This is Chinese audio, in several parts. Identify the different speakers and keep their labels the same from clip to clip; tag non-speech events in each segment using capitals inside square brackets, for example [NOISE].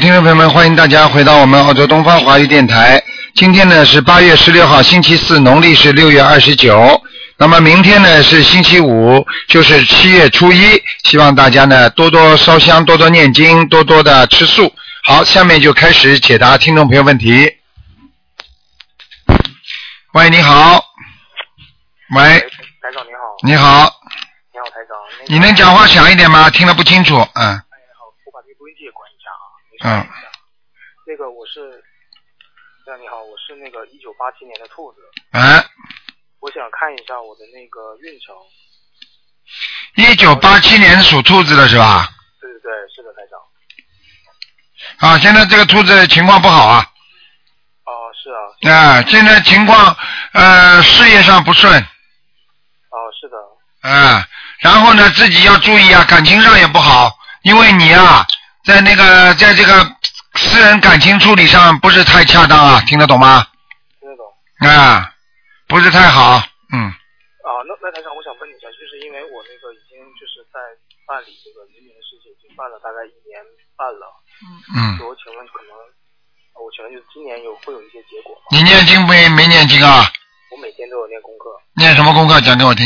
Speaker 1: 听众朋友们，欢迎大家回到我们澳洲东方华语电台。今天呢是八月十六号，星期四，农历是六月二十九。那么明天呢是星期五，就是七月初一。希望大家呢多多烧香，多多念经，多多的吃素。好，下面就开始解答听众朋友问题。喂，你好。喂，
Speaker 2: 台长你好，
Speaker 1: 你好，
Speaker 2: 你好台长，那个
Speaker 1: 你能讲话响一点吗？听得不清楚，嗯
Speaker 2: 哎好，我把这个录音机也关一下啊。没事
Speaker 1: 嗯，
Speaker 2: 那个我是，台长你好，我是那个一九八七年的兔子，
Speaker 1: 哎，
Speaker 2: 我想看一下我的那个运程。
Speaker 1: 一九八七年属兔子的是吧？
Speaker 2: 对对对，是的台长。
Speaker 1: 啊，现在这个兔子情况不好啊，
Speaker 2: 哦，是啊，
Speaker 1: 啊，现在情况呃事业上不顺，
Speaker 2: 哦，是的，
Speaker 1: 啊，然后呢自己要注意啊，感情上也不好，因为你啊在那个在这个私人感情处理上不是太恰当啊，听得懂吗？
Speaker 2: 听得懂。
Speaker 1: 啊，不是太好，嗯，
Speaker 2: 啊，那那台长，我想问你一下，就是因为我那个已经就是在办理这个移民的事情，已经办了大概一年半了，
Speaker 1: 嗯
Speaker 2: 所以我请问可能，呃我请问就是今年有会有一些结果吗？
Speaker 1: 你念经没没念经啊？
Speaker 2: 我每天都有练功课，
Speaker 1: 念什么功课讲给我听？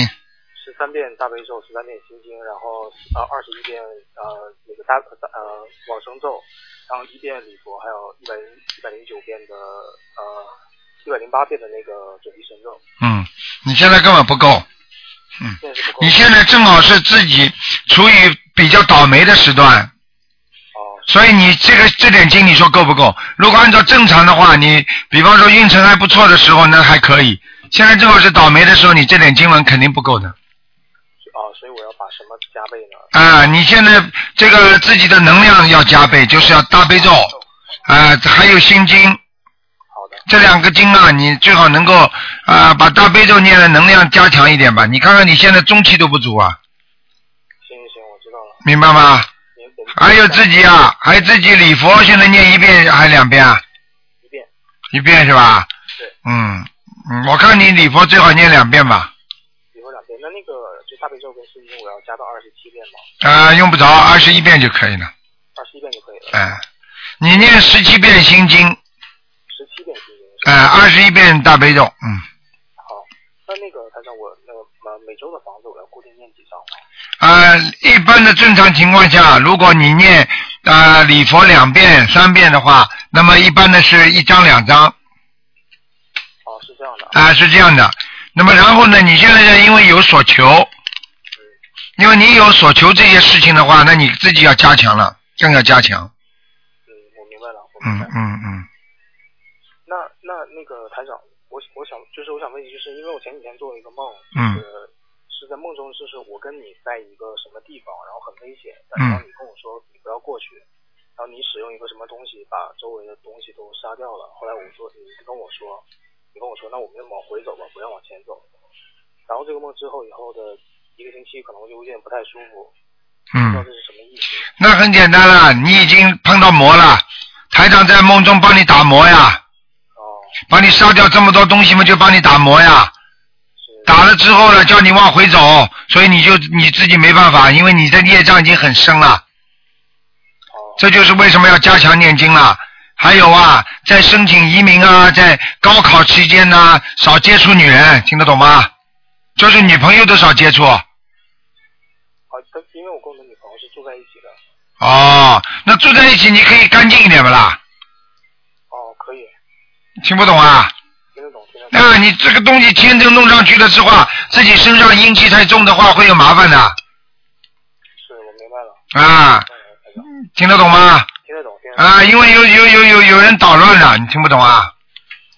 Speaker 2: 十三遍大悲咒，十三遍心经，然后呃二十一遍呃那个大呃往生咒，然后一遍礼佛，还有一百零一百零九遍的呃一百零八遍的那个准提神咒，
Speaker 1: 嗯，你现在根本不够，
Speaker 2: 现在是不够
Speaker 1: 嗯你现在正好是自己处于比较倒霉的时段，
Speaker 2: 哦，
Speaker 1: 所以你这个这点经你说够不够？如果按照正常的话，你比方说运程还不错的时候，那还可以。现在正好是倒霉的时候，你这点经文肯定不够的
Speaker 2: 哦，所以我要把什么加倍呢？
Speaker 1: 啊！你现在这个自己的能量要加倍，就是要大悲咒啊，还有心经
Speaker 2: 好的，
Speaker 1: 这两个经啊，你最好能够啊把大悲咒念的能量加强一点吧。你看看你现在中气都不足啊，
Speaker 2: 行行行，我知道了。
Speaker 1: 明白吗？
Speaker 2: 您您
Speaker 1: 还有自己啊，还有自己礼佛，现在念一遍还两遍啊？
Speaker 2: 一遍，
Speaker 1: 一遍是吧？
Speaker 2: 对。
Speaker 1: 嗯，嗯，我看你礼佛最好念两遍吧。
Speaker 2: 比如两遍。那那个就大悲咒跟心经，我要加到二十七遍吗？
Speaker 1: 啊、用不着二十一遍就可以了。
Speaker 2: 二十一遍就可以了。
Speaker 1: 哎、你念十七遍心经，
Speaker 2: 十七遍心经是吧。
Speaker 1: 哎、2二十一遍大悲咒，嗯，
Speaker 2: 好，那那个台长，我那个呃每周的房子我要固定念几张吗？
Speaker 1: 呃，一般的正常情况下，如果你念呃礼佛两遍、三遍的话，那么一般的是一张两张，
Speaker 2: 哦，是这样的。
Speaker 1: 啊，是这样的。那么然后呢，你现在因为有所求，因为你有所求这些事情的话，那你自己要加强了，更要加强。
Speaker 2: 嗯，我明白了，我明
Speaker 1: 嗯
Speaker 2: 白了。
Speaker 1: 嗯嗯，
Speaker 2: 那那那个台长，我我想就是我想问你，就是因为我前几天做了一个梦，就
Speaker 1: 嗯
Speaker 2: 是是在梦中，就是我跟你在一个什么地方，然后很危险，然
Speaker 1: 嗯
Speaker 2: 后你跟我说你不要过去，然后你使用一个什么东西把周围的东西都杀掉了。后来我说你跟我说，你跟我说那我们往回走吧，不要往前走。然后这个梦之后以后的一个星期，可能就有点不太舒服，不知道
Speaker 1: 嗯，
Speaker 2: 这是什么意思。
Speaker 1: 那很简单了，你已经碰到魔了，台长在梦中帮你打磨呀，
Speaker 2: 哦，
Speaker 1: 把你杀掉这么多东西嘛，就帮你打磨呀。
Speaker 2: 是
Speaker 1: 打了之后呢，叫你往回走，所以你就你自己没办法，因为你的业障已经很深了。
Speaker 2: 哦，
Speaker 1: 这就是为什么要加强念经了。还有啊，在申请移民啊，在高考期间呢、少接触女人，听得懂吗？就是女朋友都少接触。
Speaker 2: 好，但啊因为我跟我的女朋友是住在一起的。
Speaker 1: 哦，那住在一起你可以干净一点不啦？
Speaker 2: 哦，可以，
Speaker 1: 听不懂啊？
Speaker 2: 听得懂，听得懂。
Speaker 1: 那、你这个东西签证弄上去了之后啊，自己身上阴气太重的话，会有麻烦的
Speaker 2: 是我明白了，嗯，
Speaker 1: 啊，
Speaker 2: 台长
Speaker 1: 听得懂吗？
Speaker 2: 听得懂，听得懂，
Speaker 1: 啊，因为有有有有有人捣乱了，你听不懂啊？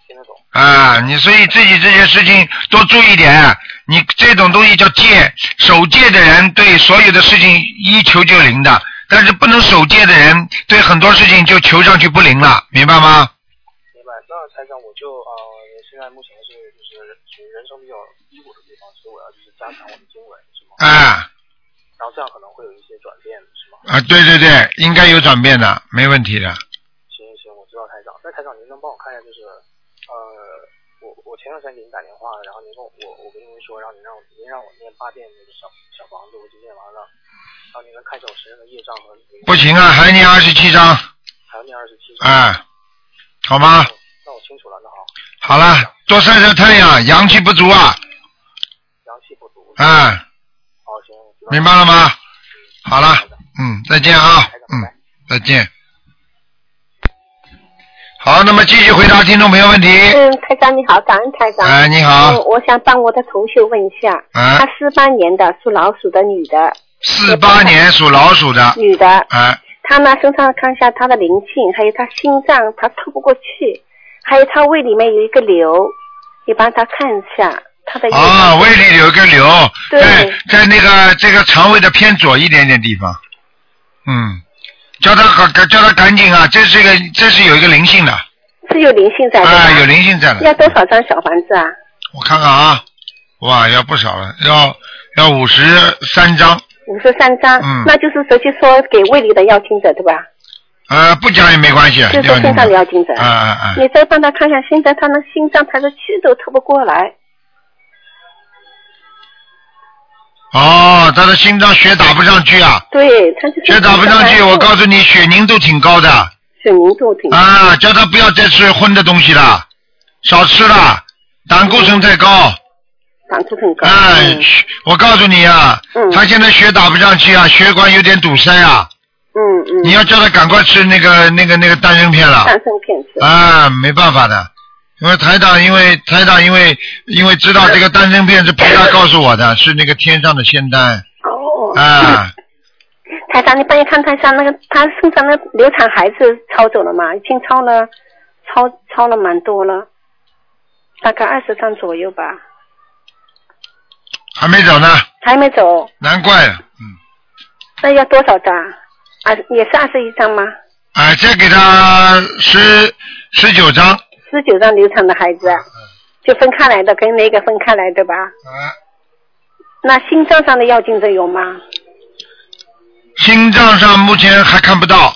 Speaker 2: 听得懂。
Speaker 1: 啊，你所以自己这些事情多注意点。啊你这种东西叫戒，守戒的人对所有的事情一求就灵的，但是不能守戒的人对很多事情就求上去不灵了，明白吗？
Speaker 2: 明白。那台长，我就呃，现在目前是就是属于人生比较低谷的地方，所以我要就是加强我的经文，是吗？
Speaker 1: 啊
Speaker 2: 然后这样可能会有一些转变，是吗？
Speaker 1: 啊，对对对，应该有转变的，没问题的。
Speaker 2: 行行，我知道台长。那台长，您能帮我看一下，就是呃，我我前段时间给您打电话，然后您跟我我我跟您说，让您让我您让我念八遍那个小小房子，我就念完了。然后您能看一下我身上的业障和
Speaker 1: 不行啊，还念二十七章，
Speaker 2: 还还要念二十七。
Speaker 1: 哎、好吗？
Speaker 2: 嗯那我清楚了，那好，
Speaker 1: 好了，多晒晒太阳，阳气不足啊，
Speaker 2: 阳气不足。
Speaker 1: 啊、
Speaker 2: 好，行，知道
Speaker 1: 明白了吗？好了，嗯，再见啊，
Speaker 2: 台长
Speaker 1: 嗯
Speaker 2: 拜。
Speaker 1: 再见。好，那么继续回答听众朋友问题。
Speaker 3: 嗯，台长你好，感恩台长。
Speaker 1: 哎，你好
Speaker 3: 嗯，，我想帮我的同学问一下，
Speaker 1: 哎
Speaker 3: 她四八年的属老鼠的女的，
Speaker 1: 四八年属老鼠的，
Speaker 3: 女的，
Speaker 1: 哎，
Speaker 3: 她呢身上看一下她的灵性，还有她心脏，她透不过气，还有她胃里面有一个瘤，你帮她看一下她的业
Speaker 1: 啊，
Speaker 3: 障。
Speaker 1: 胃里有一个瘤，
Speaker 3: 对
Speaker 1: 在在那个这个肠胃的偏左一点点地方，嗯，叫他赶赶叫他赶紧啊，这是一个这是有一个灵性的，
Speaker 3: 是有灵性在的吧。
Speaker 1: 啊，有灵性在
Speaker 3: 要
Speaker 1: 了，
Speaker 3: 多少张小房子啊？
Speaker 1: 我看看啊，哇，要不少了，要要五十三张，
Speaker 3: 五十三张，
Speaker 1: 嗯
Speaker 3: 那就是直接说给胃里的要经者对吧？
Speaker 1: 呃，不讲也没关系，
Speaker 3: 就是说身
Speaker 1: 你
Speaker 3: 上的
Speaker 1: 们
Speaker 3: 要经者。
Speaker 1: 啊啊啊，
Speaker 3: 你再帮他看一下，现在他的心脏，他的气都透不过来。
Speaker 1: 哦，他的心脏血打不上去啊，
Speaker 3: 对，他就是
Speaker 1: 血打不上去，我告诉你，血凝度挺高的
Speaker 3: 水凝度挺高，
Speaker 1: 啊，叫他不要再吃荤的东西了，少吃了，胆固醇太高，
Speaker 3: 嗯胆固醇高。
Speaker 1: 哎
Speaker 3: 嗯，
Speaker 1: 血我告诉你啊，
Speaker 3: 嗯
Speaker 1: 他现在血打不上去啊，血管有点堵塞啊，
Speaker 3: 嗯嗯，
Speaker 1: 你要叫他赶快吃那个那个那个丹参片了，
Speaker 3: 丹参片是。
Speaker 1: 啊，没办法的，因为台长，因为台长，因为因为知道这个丹参片是菩萨告诉我的，是那个天上的仙丹
Speaker 3: 哦。
Speaker 1: 啊，
Speaker 3: 台长，你帮你看看一下那个他身上的流产孩子抄走了吗？已经抄了，抄抄了蛮多了，大概二十张左右吧，
Speaker 1: 还没走呢，
Speaker 3: 还没走。
Speaker 1: 难怪了，嗯。
Speaker 3: 那要多少张？二也是二十一张吗？
Speaker 1: 啊，再给他十十九张。啊，
Speaker 3: 十九张流产的孩子，啊
Speaker 1: 嗯
Speaker 3: 就分开来的，跟那个分开来对吧？
Speaker 1: 啊
Speaker 3: 那心脏上的药精者有吗？
Speaker 1: 心脏上目前还看不到，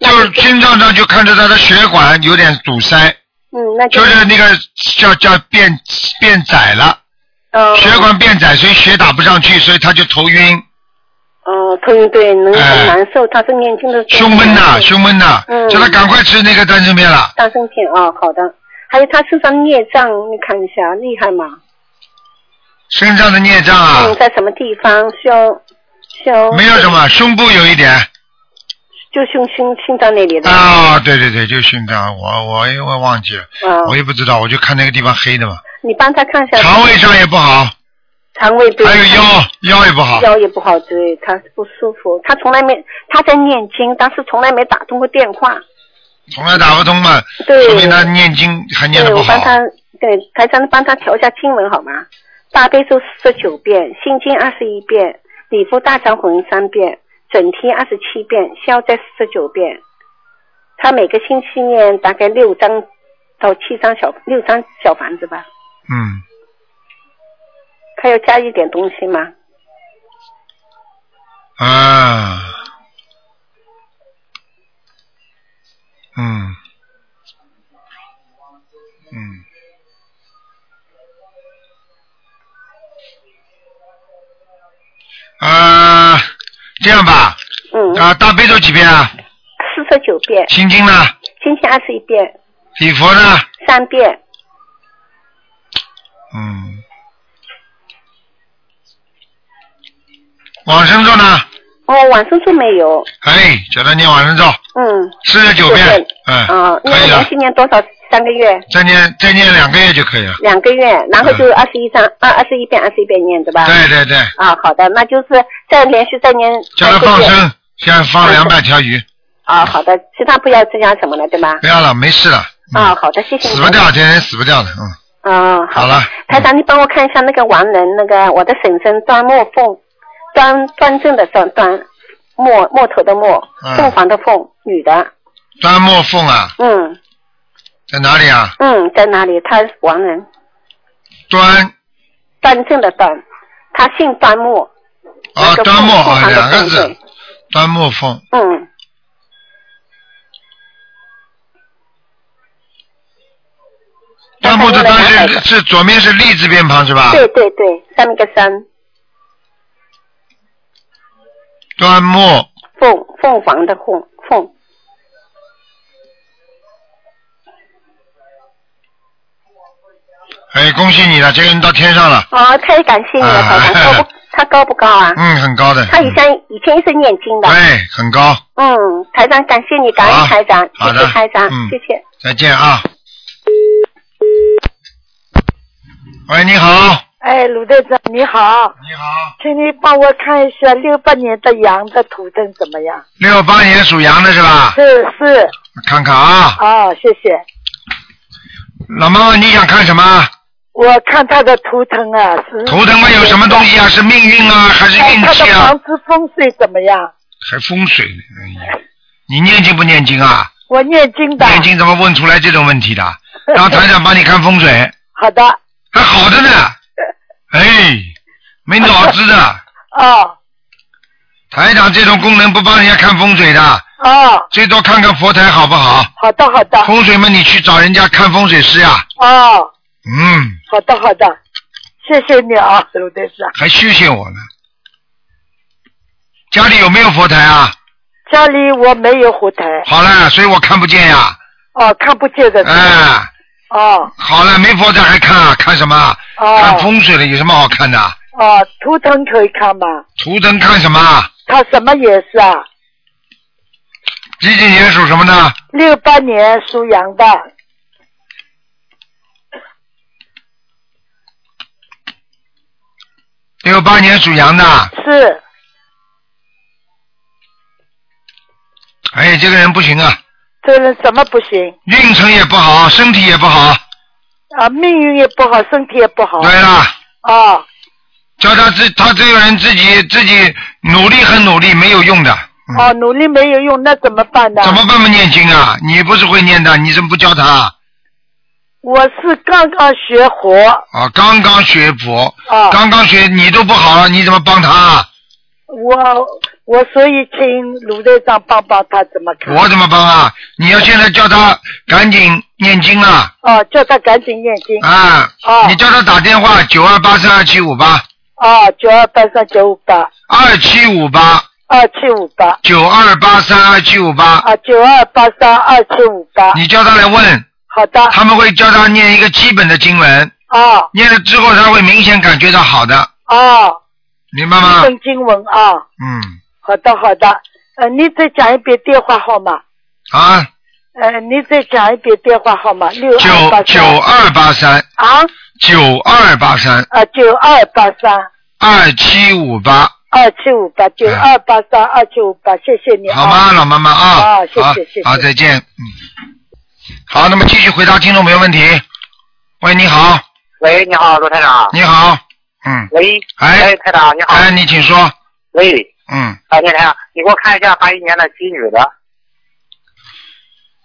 Speaker 3: 那
Speaker 1: 就是心脏上就看着他的血管有点堵塞，
Speaker 3: 嗯，那就
Speaker 1: 就是那个叫叫变变窄了，
Speaker 3: 呃
Speaker 1: 血管变窄，所以血打不上去，所以他就头晕、
Speaker 3: 哦，头晕对，能
Speaker 1: 哎
Speaker 3: 很难受，他是年轻的时候
Speaker 1: 胸闷呐、
Speaker 3: 对
Speaker 1: 胸闷呐、
Speaker 3: 嗯
Speaker 1: 啊叫他赶快吃那个丹参片了。
Speaker 3: 丹参片啊，好的。还有他身上孽障，你看一下厉害吗？
Speaker 1: 身上的孽障啊
Speaker 3: 嗯，，在什么地方需要需要？
Speaker 1: 没有什么，胸部有一点
Speaker 3: 就胸胸心脏那里的。
Speaker 1: 啊、对对对，就是胸脏，我我也我忘记了，
Speaker 3: 嗯
Speaker 1: 我也不知道，我就看那个地方黑的嘛，
Speaker 3: 你帮他看一下
Speaker 1: 肠胃上也不好。
Speaker 3: 肠胃对，
Speaker 1: 还有腰腰也不好，
Speaker 3: 腰也不好，对，他不舒服，他从来没他在念经，但是从来没打通过电话。
Speaker 1: 从来打不通嘛，
Speaker 3: 对，
Speaker 1: 说明他念经还念得
Speaker 3: 对，
Speaker 1: 不
Speaker 3: 我
Speaker 1: 好
Speaker 3: 帮。他，对，台长帮他调一下经文好吗？大悲咒四十九遍，心经二十一遍，礼佛大忏魂三遍，整天二十七遍，消灾四十九遍。他每个星期念大概六张到七张小六张小房子吧。
Speaker 1: 嗯，
Speaker 3: 他要加一点东西吗？
Speaker 1: 啊，嗯，嗯，啊，这样吧，
Speaker 3: 嗯，
Speaker 1: 啊，大悲咒几遍啊？
Speaker 3: 四十九遍，
Speaker 1: 心经呢？
Speaker 3: 心经二十一遍，
Speaker 1: 礼佛呢？
Speaker 3: 三遍。
Speaker 1: 嗯，往生咒呢？
Speaker 3: 哦，晚上做没有？
Speaker 1: 哎，叫他念往生咒
Speaker 3: 嗯，
Speaker 1: 四十九遍，嗯，
Speaker 3: 啊，那
Speaker 1: 可以
Speaker 3: 连
Speaker 1: 了
Speaker 3: 续，念多少？三个月，
Speaker 1: 再念再念两个月就可以了。
Speaker 3: 两个月，然后就二十一张，二二十一遍，二十一遍念对吧？
Speaker 1: 嗯对对对，
Speaker 3: 啊，好的，那就是再连续再念
Speaker 1: 叫他
Speaker 3: 三个
Speaker 1: 放
Speaker 3: 月
Speaker 1: 生，先放两百条鱼，
Speaker 3: 啊，好的，其他不要增加什么了，对吧？
Speaker 1: 不要了，没事了，
Speaker 3: 啊，
Speaker 1: 嗯，
Speaker 3: 好的，谢谢你。
Speaker 1: 死不掉，这人死不掉的，嗯，
Speaker 3: 嗯，
Speaker 1: 好
Speaker 3: 的
Speaker 1: 了
Speaker 3: 台长，你帮我看一下那个王人，那个我的婶婶端墨凤，端端正的端端，墨墨头的墨
Speaker 1: 嗯，
Speaker 3: 凤凰的凤，女的，
Speaker 1: 端木凤啊，
Speaker 3: 嗯
Speaker 1: 在哪里啊？
Speaker 3: 嗯，在哪里？她是王人，
Speaker 1: 端
Speaker 3: 端正的端，她姓端木，
Speaker 1: 啊
Speaker 3: 那，个
Speaker 1: 端木
Speaker 3: 凤
Speaker 1: 啊，
Speaker 3: 凰的
Speaker 1: 两个
Speaker 3: 凤
Speaker 1: 字
Speaker 3: 对，
Speaker 1: 端木凤，
Speaker 3: 嗯，
Speaker 1: 端木的
Speaker 3: 那
Speaker 1: 端
Speaker 3: 他念了
Speaker 1: 是
Speaker 3: 200
Speaker 1: 是左面是立字边旁是吧？
Speaker 3: 对对对，上面一个山，
Speaker 1: 端木
Speaker 3: 凤凤凰的凤凤，
Speaker 1: 哎，恭喜你了，这个人到天上了，
Speaker 3: 哦，太感谢你了，
Speaker 1: 啊
Speaker 3: 台
Speaker 1: [LAUGHS]
Speaker 3: 长，高不？他高不高啊？
Speaker 1: 嗯，很高的，
Speaker 3: 他以前以前是念经的。
Speaker 1: 对，很高，
Speaker 3: 嗯，台长，感谢你，感
Speaker 1: 好
Speaker 3: 恩台长，谢
Speaker 1: 好的
Speaker 3: 谢台长
Speaker 1: 嗯，
Speaker 3: 谢谢。
Speaker 1: 再见啊。喂，你好，
Speaker 4: 哎，鲁队长你好，
Speaker 1: 你好，
Speaker 4: 请你帮我看一下六八年的羊的图腾怎么样？
Speaker 1: 六八年属羊的是吧？
Speaker 4: 是是，
Speaker 1: 我看看啊，
Speaker 4: 哦，谢谢。
Speaker 1: 老妈妈，你想看什么？
Speaker 4: 我看他的图腾啊，是
Speaker 1: 头疼嘛有什么东西啊？是命运啊，还是
Speaker 4: 哎
Speaker 1: 运
Speaker 4: 他
Speaker 1: 气
Speaker 4: 的
Speaker 1: 啊？
Speaker 4: 房子风水怎么样？
Speaker 1: 还风水呢？哎呀，你念经不念经啊？
Speaker 4: 我念经的。
Speaker 1: 念经怎么问出来这种问题的？让台长帮你看风水，
Speaker 4: 好的，
Speaker 1: 还好着
Speaker 4: [LAUGHS]
Speaker 1: 呢。哎，没脑子的，
Speaker 4: 哦
Speaker 1: 台长这种功能不帮人家看风水的，
Speaker 4: 哦，
Speaker 1: 最多看看佛台好不好？
Speaker 4: 好的好的，
Speaker 1: 风水嘛，你去找人家看风水师呀、啊
Speaker 4: 哦，
Speaker 1: 嗯，
Speaker 4: 好的好的，谢谢你啊，鲁队长。
Speaker 1: 还谢谢我呢。家里有没有佛台啊？
Speaker 4: 家里我没有火台，
Speaker 1: 好了，所以我看不见呀、
Speaker 4: 哦，看不见的。
Speaker 1: 哎，
Speaker 4: 哦
Speaker 1: 好了，没佛台还看啊？看什么啊？看
Speaker 4: 哦
Speaker 1: 风水了，有什么好看的？
Speaker 4: 哦，图腾可以看吗？
Speaker 1: 图腾看什么啊？
Speaker 4: 它什么颜色啊？
Speaker 1: 几几年属什么呢？
Speaker 4: 六八年属羊的，
Speaker 1: 六八年属羊的。
Speaker 4: 是
Speaker 1: 哎，这个人不行啊，
Speaker 4: 这人什么不行
Speaker 1: 运程也不好，身体也不好。
Speaker 4: 啊？命运也不好，身体也不好。
Speaker 1: 对了，
Speaker 4: 啊，
Speaker 1: 叫他自他这个人自己自己努力很努力没有用的。嗯
Speaker 4: 哦，努力没有用，那怎么办呢？
Speaker 1: 怎么办嘛？念经啊？你不是会念的，你怎么不教他啊？
Speaker 4: 我是刚刚学活
Speaker 1: 啊，刚刚学佛，
Speaker 4: 啊，
Speaker 1: 刚刚学，你都不好了，你怎么帮他啊？
Speaker 4: 我我所以请卢队长帮帮他怎么看？
Speaker 1: 我怎么帮啊？你要现在叫他赶紧念经啊！
Speaker 4: 哦，叫他赶紧念经。
Speaker 1: 啊，
Speaker 4: 哦
Speaker 1: 你叫他打电话九二八三二七五八
Speaker 4: 哦，九二八三九五八
Speaker 1: 二七五八
Speaker 4: 二七五八
Speaker 1: 九二八三二七五八，
Speaker 4: 啊，九二八三二七五八。
Speaker 1: 你叫他来问，
Speaker 4: 好的，
Speaker 1: 他们会教他念一个基本的经文，
Speaker 4: 哦
Speaker 1: 念了之后他会明显感觉到好的，
Speaker 4: 哦，
Speaker 1: 明白吗？
Speaker 4: 正经文啊。
Speaker 1: 嗯，
Speaker 4: 好的，好的。呃，你再讲一遍电话号码。
Speaker 1: 啊，
Speaker 4: 呃，你再讲一遍电话号码。六二八
Speaker 1: 九九
Speaker 4: 三。
Speaker 1: 二八三
Speaker 4: 啊
Speaker 1: 九二八三
Speaker 4: 啊，九二八三
Speaker 1: 二七五八，
Speaker 4: 二七五八九二八三二七五八，谢谢你啊。
Speaker 1: 嗯好吗，老妈妈啊？
Speaker 4: 啊谢谢
Speaker 1: 好
Speaker 4: 谢谢
Speaker 1: 好，再见。嗯，好，那么继续回答听众朋友问题。喂，你好，
Speaker 5: 喂，你好，罗台长。
Speaker 1: 你好，嗯，
Speaker 5: 喂，
Speaker 1: 哎
Speaker 5: 哎，台长你好。
Speaker 1: 哎，你请说，
Speaker 5: 喂，
Speaker 1: 嗯，
Speaker 5: 哎，台长，你给我看一下八一年的鸡女的。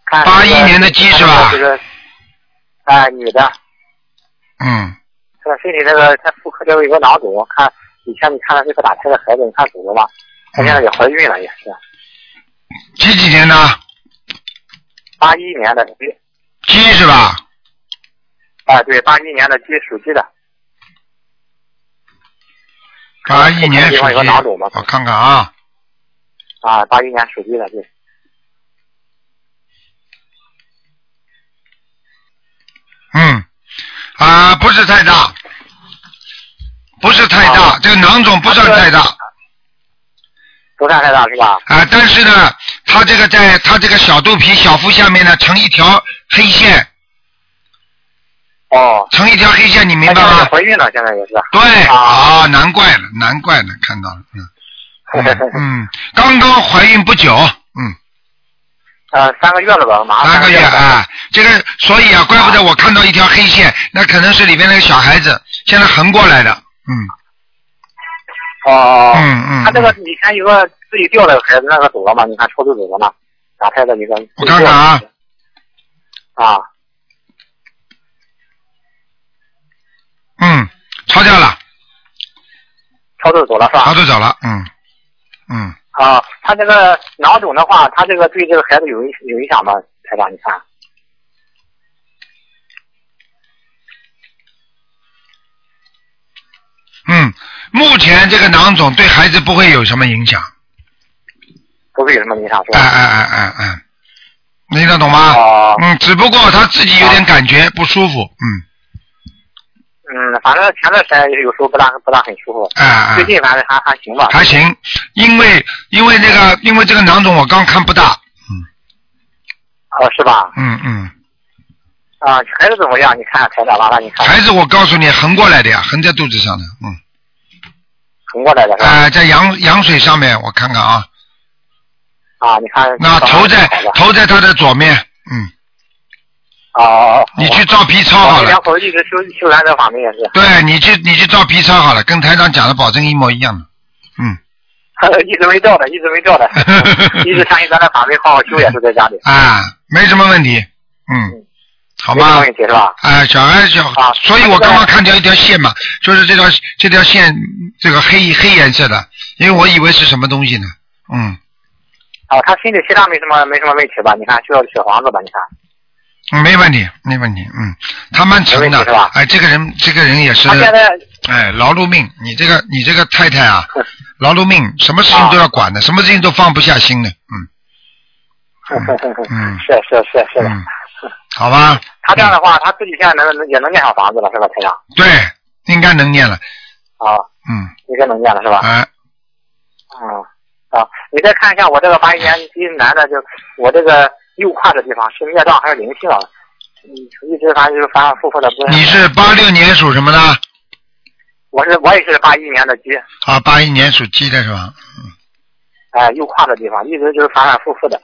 Speaker 5: 看
Speaker 1: 81
Speaker 5: 这个
Speaker 1: 年的鸡是吧
Speaker 5: 这个，哎，女的，
Speaker 1: 嗯，
Speaker 5: 她的身体这个她妇科这个有个囊肿，看以前你看的是她打胎的孩子，你看肿了吧？
Speaker 1: 嗯
Speaker 5: 她现在也怀孕了，也是
Speaker 1: 几几年的？
Speaker 5: 八一年的鸡，
Speaker 1: 鸡是吧？
Speaker 5: 啊，对，八一年的鸡属鸡的，
Speaker 1: 八一年
Speaker 5: 地
Speaker 1: 属
Speaker 5: 方有个
Speaker 1: 鸡
Speaker 5: 囊肿嘛，
Speaker 1: 我看看啊，
Speaker 5: 啊，八一年属鸡的，对，
Speaker 1: 嗯，啊，不是太大，不是太大，
Speaker 5: 啊
Speaker 1: 这个囊肿不算太大，
Speaker 5: 不算太大是吧？
Speaker 1: 啊，但是呢，它这个在它这个小肚皮、小腹下面呢，成一条黑线，
Speaker 5: 哦，
Speaker 1: 成一条黑线，你明白
Speaker 5: 她现在
Speaker 1: 吗
Speaker 5: 也？怀孕了，现在也是。
Speaker 1: 对，
Speaker 5: 啊
Speaker 1: 啊，难怪了，难怪了，看到了，嗯 [LAUGHS] 嗯嗯，刚刚怀孕不久，嗯，
Speaker 5: 呃，三个月了吧，马上
Speaker 1: 三个月
Speaker 5: 了吧
Speaker 1: 啊，这个所以啊，怪不得我看到一条黑线，那可能是里面那个小孩子现在横过来的，嗯
Speaker 5: 哦，
Speaker 1: 嗯嗯，
Speaker 5: 他这个
Speaker 1: 嗯
Speaker 5: 以前有个自己掉的孩子，那个走了吗？你看抽出走了吗？打胎的一个。
Speaker 1: 我看看啊。
Speaker 5: 啊，
Speaker 1: 嗯，抄掉了，
Speaker 5: 抽出走了是
Speaker 1: 抄
Speaker 5: 吧？
Speaker 1: 就走了，嗯嗯，
Speaker 5: 啊，他这个囊肿的话，他这个对这个孩子有影有影响吗？台长，你看，
Speaker 1: 嗯，目前这个囊肿对孩子不会有什么影响，
Speaker 5: 哦不会有什么影响是
Speaker 1: 哎
Speaker 5: 吧？
Speaker 1: 哎哎哎哎，你听得懂吗？
Speaker 5: 哦
Speaker 1: 嗯，只不过他自己有点感觉不舒服，嗯，
Speaker 5: 嗯，反正前段时间有时候不大不大很舒服，
Speaker 1: 啊啊
Speaker 5: 最，近反正还还行吧。
Speaker 1: 还行，因为因为那个因为这个囊肿我刚看不大，
Speaker 5: 哦，是吧？
Speaker 1: 嗯嗯，
Speaker 5: 啊，孩子怎么样？你看台长，麻烦你看，
Speaker 1: 孩子我告诉你横过来的呀，横在肚子上的，
Speaker 5: 哦
Speaker 1: 嗯，
Speaker 5: 横过来的是吧？
Speaker 1: 啊、在羊羊水上面我看看啊，
Speaker 5: 啊，你看
Speaker 1: 那头在
Speaker 5: 好吧
Speaker 1: 头在它的左面，嗯，
Speaker 5: 哦哦，哦
Speaker 1: 你去照 B 超
Speaker 5: 我
Speaker 1: 好
Speaker 5: 这
Speaker 1: 了
Speaker 5: 两，口子一直修修咱这方面也是， [LAUGHS]
Speaker 1: 对你去你去照 B 超好了，跟台长讲的保证一模一样的，嗯，
Speaker 5: 一直没掉的，一直没掉
Speaker 1: [LAUGHS]
Speaker 5: 的，一直相信咱这法门好好修也是在家里，
Speaker 1: 啊，没什么问题，嗯
Speaker 5: 嗯，
Speaker 1: 好
Speaker 5: 没什么
Speaker 1: 吗？
Speaker 5: 问题是吧？
Speaker 1: 啊，小孩小，
Speaker 5: 啊
Speaker 1: 所以我刚刚看到一条线嘛，就是这条这条线，这个黑黑颜色的，因为我以为是什么东西呢？嗯
Speaker 5: 啊，他心里其他没什么没什么问题吧？你看需要小房子吧？你看，
Speaker 1: 嗯，没问题，没问题，嗯，他蛮沉
Speaker 5: 没问
Speaker 1: 的
Speaker 5: 题是吧，
Speaker 1: 哎，这个人这个人也是
Speaker 5: 他，现在
Speaker 1: 哎，劳碌命，你这个你这个太太啊，劳碌命，什么事
Speaker 5: 啊
Speaker 1: 情都要管的，什么事情都放不下心的，
Speaker 5: 是
Speaker 1: 嗯嗯
Speaker 5: 是是是的，
Speaker 1: 嗯，好吧，
Speaker 5: [LAUGHS] 他这样的话，他自己现在能能也能念上房子了是吧？台长，
Speaker 1: 对，应该能念了，
Speaker 5: 啊，
Speaker 1: 嗯，
Speaker 5: 应该能念了是吧？
Speaker 1: 哎，
Speaker 5: 嗯，啊，你再看一下我这个八一年一男的，就我这个右胯的地方是孽障还是灵性啊？嗯，一直反正就是反反复复的，不是。
Speaker 1: 你是八六年属什么的？
Speaker 5: 我是我也是八一年的鸡，
Speaker 1: 啊，八一年属鸡的是吧？
Speaker 5: 哎、右胯的地方一直就是反反复复的。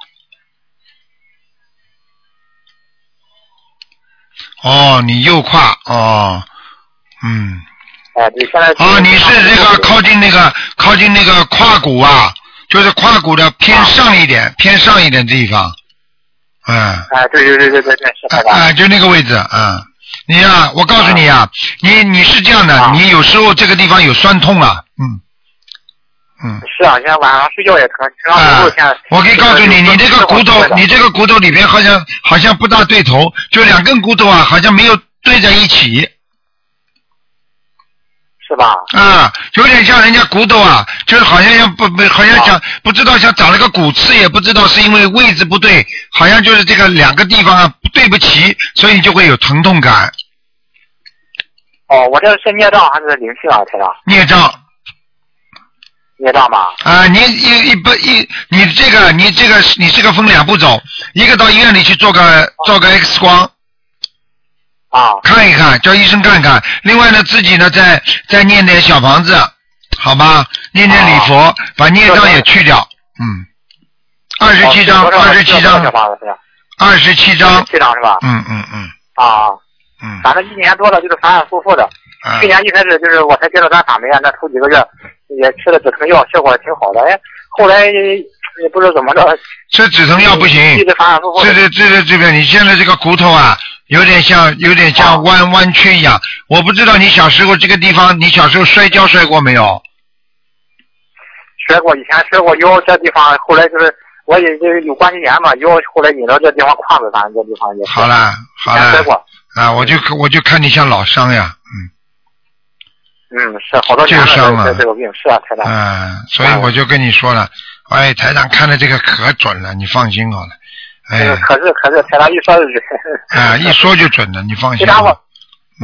Speaker 1: 哦，你右胯哦，嗯，
Speaker 5: 哎、对，现在
Speaker 1: 哦，你是这个靠近那个靠近那个胯骨啊，就是胯骨的偏上一点，偏上一点地方，嗯，啊、
Speaker 5: 哎、啊对对对对对对，是的吧？
Speaker 1: 啊就那个位置，嗯，你呀、我告诉你呀、你你是这样的，
Speaker 5: 啊
Speaker 1: 你有时候这个地方有酸痛啊，嗯，嗯。
Speaker 5: 是啊，现在晚上睡觉也疼，平常不
Speaker 1: 啊
Speaker 5: 够现在。
Speaker 1: 我可以告诉你，你这个骨头，你这个骨头里边好像好像不大对头，就两根骨头啊，好像没有对在一起。
Speaker 5: 是吧？
Speaker 1: 啊，有点像人家骨头啊，就是好像像不不，好像像不知道像长了个骨刺，也不知道是因为位置不对，好像就是这个两个地方啊对不齐，所以你就会有疼痛感、
Speaker 5: 哦，我这是孽障还是灵性啊，台长？
Speaker 1: 孽障
Speaker 5: 孽障吧？
Speaker 1: 啊。你一一不一，你这个你这个你这个分两步走，一个到医院里去做个做个 X 光
Speaker 5: 啊，
Speaker 1: 看一看，叫医生看看。另外呢，自己呢再再念点小房子，好吧？念念礼佛，把孽障也去掉。嗯，二十七章，二十七章
Speaker 5: 小。房子是吧？
Speaker 1: 二十七章。
Speaker 5: 七张是吧？
Speaker 1: 嗯嗯嗯
Speaker 5: 啊，
Speaker 1: 嗯
Speaker 5: 反正一年多了，就是反反复复的。
Speaker 1: 啊
Speaker 5: 去年一开始就是我才接触咱法门啊，那头几个月也吃了止疼药，效果挺好的。哎，后来也不知道怎么着，
Speaker 1: 这止疼药不行，
Speaker 5: 一直反反复复
Speaker 1: 这
Speaker 5: 的。
Speaker 1: 这这这这边你现在这个骨头啊，有点像有点
Speaker 5: 啊
Speaker 1: 像弯弯曲一样。我不知道你小时候这个地方，你小时候摔跤摔过没有？
Speaker 5: 学过以前学过腰这地方，后来就是我也就是有关节炎嘛，腰后来引到这地方胯子，反正这地方也是
Speaker 1: 好啦好
Speaker 5: 以前摔
Speaker 1: 啦
Speaker 5: 过。
Speaker 1: 啊，我就我就看你像老伤呀，
Speaker 5: 嗯，是好多年
Speaker 1: 旧伤
Speaker 5: 了，
Speaker 1: 了
Speaker 5: 这这个病是啊，太
Speaker 1: 嗯
Speaker 5: 大。
Speaker 1: 啊，所以我就跟你说了，哎，台长看的这个可准了，你放心好了，哎
Speaker 5: 嗯，可是可是，太大一说就是，
Speaker 1: 啊，一说就准了，你放
Speaker 5: 其
Speaker 1: 心
Speaker 5: 他
Speaker 1: 好
Speaker 5: 我
Speaker 1: 了。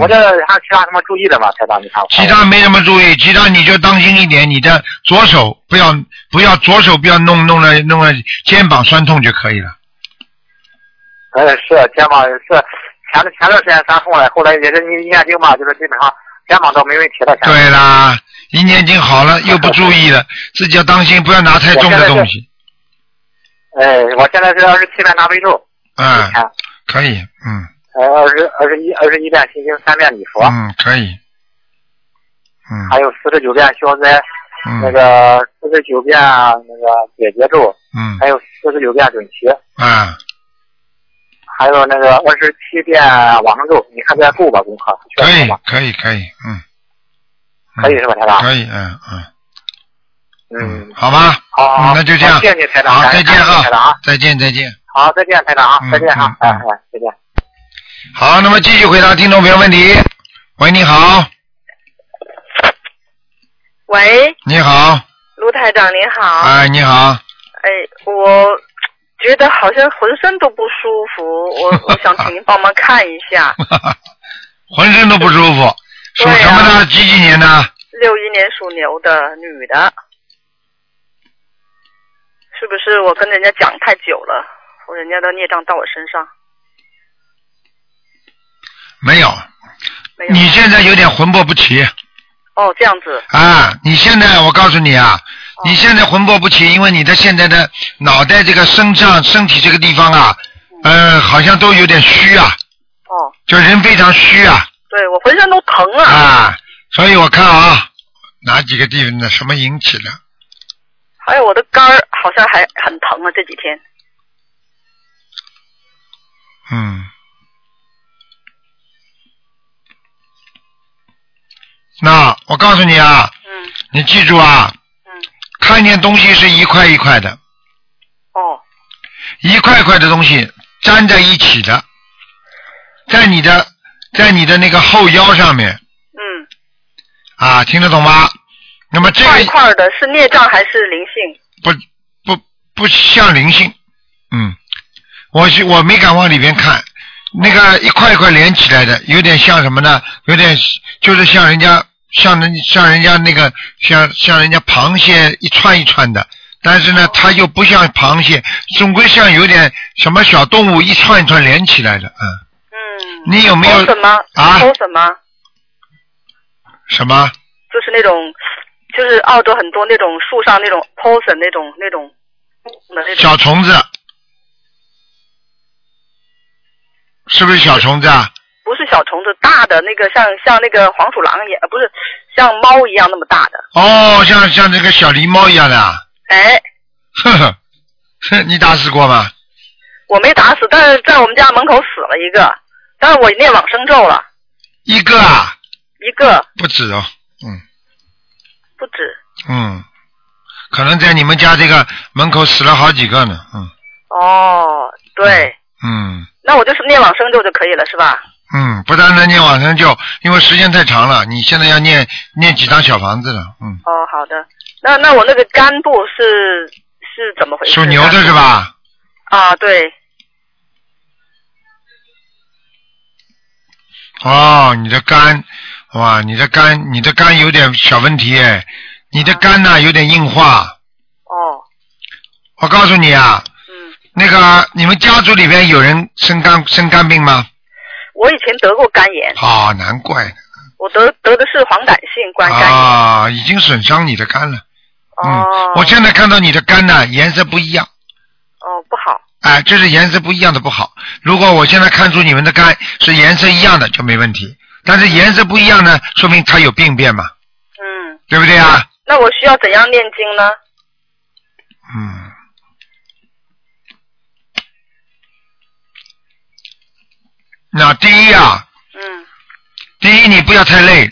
Speaker 5: 我这还有其他什么注意的吗？太大，你看我
Speaker 1: 其他没什么注意，其他你就当心一点，你的左手不要不要左手不要弄弄了弄了肩膀酸痛就可以了。
Speaker 5: 呃，是肩膀是前段前段时间伤痛了，后来也是念念经嘛，就是基本上肩膀倒没问题了。现在
Speaker 1: 对啦，一念经好了又不注意了，自己要当心，不要拿太重的东西。
Speaker 5: 哎，我现在是二十七遍大悲咒，
Speaker 1: 嗯，
Speaker 5: 看，
Speaker 1: 可以，嗯
Speaker 5: 呃，二十二十一二十一遍心经，三遍礼佛，
Speaker 1: 嗯，可以，嗯
Speaker 5: 还有四十九遍消灾，那
Speaker 1: 嗯
Speaker 5: 个四十九遍那个解结咒，
Speaker 1: 嗯
Speaker 5: 还有四十九遍准提，
Speaker 1: 啊，
Speaker 5: 还有那个二十七遍往生咒，你看这够吧功课？嗯
Speaker 1: 可以
Speaker 5: 吗？
Speaker 1: 可以可以，嗯，
Speaker 5: 可以是吧，台长？
Speaker 1: 可以，嗯嗯
Speaker 5: 嗯
Speaker 1: 嗯，，好吧，
Speaker 5: 好好
Speaker 1: 嗯
Speaker 5: 好，
Speaker 1: 那就这样
Speaker 5: 好谢谢你，台长，
Speaker 1: 好，
Speaker 5: 感
Speaker 1: 再
Speaker 5: 恩
Speaker 1: 见
Speaker 5: 台长
Speaker 1: 啊
Speaker 5: 啊，，
Speaker 1: 再见再见。
Speaker 5: 好，再见，台长啊，再见啊，哎
Speaker 1: 嗯嗯嗯
Speaker 5: 哎，再见。
Speaker 1: 好，那么继续回答听众朋友问题。喂，你好，
Speaker 6: 喂，
Speaker 1: 你好，
Speaker 6: 卢台长您好，
Speaker 1: 哎，你好， [LAUGHS]
Speaker 6: 哎，我觉得好像浑身都不
Speaker 1: [LAUGHS]
Speaker 6: 舒服，我我想请您帮忙看一下。
Speaker 1: 浑身都不舒服，属
Speaker 5: 啊
Speaker 1: 什么的？几几年的？
Speaker 6: 六一年属牛的女的，是不是我跟人家讲太久了，我人家的孽障到我身上？
Speaker 1: 没有。
Speaker 6: 没有。
Speaker 1: 你现在有点魂魄不齐
Speaker 6: 哦，这样子
Speaker 1: 啊！你现在我告诉你啊，你现在魂魄不齐，因为你的现在的脑袋这个身上、身体这个地方啊，呃，好像都有点虚啊，
Speaker 6: 哦，
Speaker 1: 就人非常虚啊
Speaker 6: 对我浑身都疼啊。
Speaker 1: 啊！所以我看啊，哪几个地方呢？什么引起的？
Speaker 6: 还有我的肝儿好像还很疼啊，这几天。
Speaker 1: 嗯，那我告诉你啊，
Speaker 6: 嗯
Speaker 1: 你记住啊，
Speaker 6: 嗯，
Speaker 1: 看见东西是一块一块的，
Speaker 6: 哦
Speaker 1: 一块块的东西粘在一起的，在你的在你的那个后腰上面
Speaker 6: 嗯，
Speaker 1: 啊，听得懂吗？那么这
Speaker 6: 块
Speaker 1: 个
Speaker 6: 块的是孽障还是灵性？
Speaker 1: 不不不像灵性，嗯，我是我没敢往里边看，那个一块一块连起来的，有点像什么呢？有点就是像人家像人像人家那个像像人家螃蟹一串一串的，但是呢，它又不像螃蟹，总归像有点什么小动物一串一串连起来的，嗯，
Speaker 6: 嗯，
Speaker 1: 你有没有
Speaker 6: 抽什么？
Speaker 1: 啊
Speaker 6: 抽什么？
Speaker 1: 什么？
Speaker 6: 就是那种，就是澳洲很多那种树上那种 poison 那种那种的那种
Speaker 1: 小虫子，是不是小虫子啊？
Speaker 6: 不是小虫子，大的那个像像那个黄鼠狼一样，呃不是像猫一样那么大的。
Speaker 1: 哦，像像这个小狸猫一样的啊，
Speaker 6: 哎，
Speaker 1: 呵呵，哼，你打死过吗？
Speaker 6: 我没打死，但是在我们家门口死了一个，但是我念往生咒了，
Speaker 1: 一个啊，
Speaker 6: 一个
Speaker 1: 不止哦，嗯
Speaker 6: 不止。
Speaker 1: 嗯，可能在你们家这个门口死了好几个呢，嗯
Speaker 6: 哦，对，
Speaker 1: 嗯
Speaker 6: 那我就是念往生咒就可以了，是吧？
Speaker 1: 嗯，不单单念往生咒，因为时间太长了，你现在要念念几张小房子了，嗯，
Speaker 6: 哦，好的。那那我那个肝部是是怎么回事？
Speaker 1: 属牛的是？吧？
Speaker 6: 啊，对，
Speaker 1: 哦，你的肝，哇，你的肝，你的肝有点小问题哎，你的肝呐、有点硬化，
Speaker 6: 哦，
Speaker 1: 我告诉你啊，
Speaker 6: 嗯，
Speaker 1: 那个你们家族里边有人生肝生肝病吗？
Speaker 6: 我以前得过肝炎，
Speaker 1: 啊、难怪呢
Speaker 6: 我得得的是黄疸性冠肝炎。
Speaker 1: 啊，已经损伤你的肝了。
Speaker 6: 哦
Speaker 1: 嗯，，我现在看到你的肝呢，颜色不一样，
Speaker 6: 哦不好。
Speaker 1: 哎，这是颜色不一样的不好。如果我现在看出你们的肝是颜色一样的，就没问题。但是颜色不一样呢，说明它有病变嘛，
Speaker 6: 嗯，
Speaker 1: 对不对啊？
Speaker 6: 那我需要怎样念经呢？
Speaker 1: 嗯。那第一啊，
Speaker 6: 嗯，
Speaker 1: 第一你不要太累，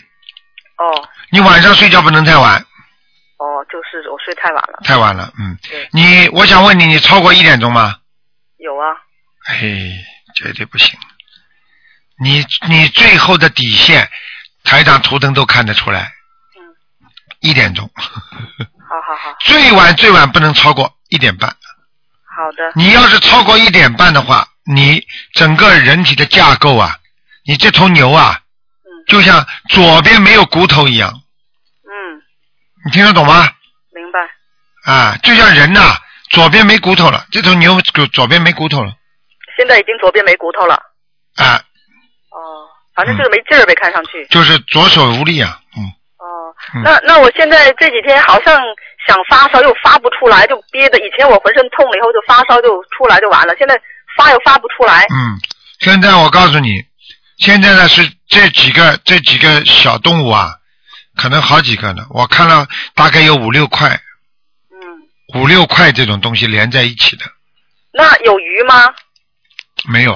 Speaker 6: 哦
Speaker 1: 你晚上睡觉不能太晚，
Speaker 6: 哦，就是我睡太晚了。
Speaker 1: 太晚了，嗯
Speaker 6: 对。
Speaker 1: 你，我想问你，你超过一点钟吗？
Speaker 6: 有啊，
Speaker 1: 哎，绝对不行！你你最后的底线，台长图腾都看得出来。
Speaker 6: 嗯。
Speaker 1: 一点钟，
Speaker 6: 好好好，
Speaker 1: 最晚最晚不能超过一点半。
Speaker 6: 好的，
Speaker 1: 你要是超过一点半的话，你整个人体的架构啊，你这头牛啊，
Speaker 6: 嗯
Speaker 1: 就像左边没有骨头一样，
Speaker 6: 嗯，
Speaker 1: 你听得懂吗？
Speaker 6: 明白。
Speaker 1: 啊，就像人呐、左边没骨头了，这头牛左左边没骨头了
Speaker 6: 现在已经左边没骨头了。
Speaker 1: 啊，
Speaker 6: 哦，反正就是没劲儿呗，看上去。
Speaker 1: 就是左手无力啊，嗯。
Speaker 6: 哦
Speaker 1: 嗯，
Speaker 6: 那那我现在这几天好像想发烧又发不出来，就憋的。以前我浑身痛了以后就发烧就出来就完了，现在发又发不出来。
Speaker 1: 嗯，现在我告诉你，现在呢是这几个这几个小动物啊，可能好几个呢，我看了大概有五六块，
Speaker 6: 嗯，
Speaker 1: 五六块这种东西连在一起的，
Speaker 6: 那有鱼吗？
Speaker 1: 没有。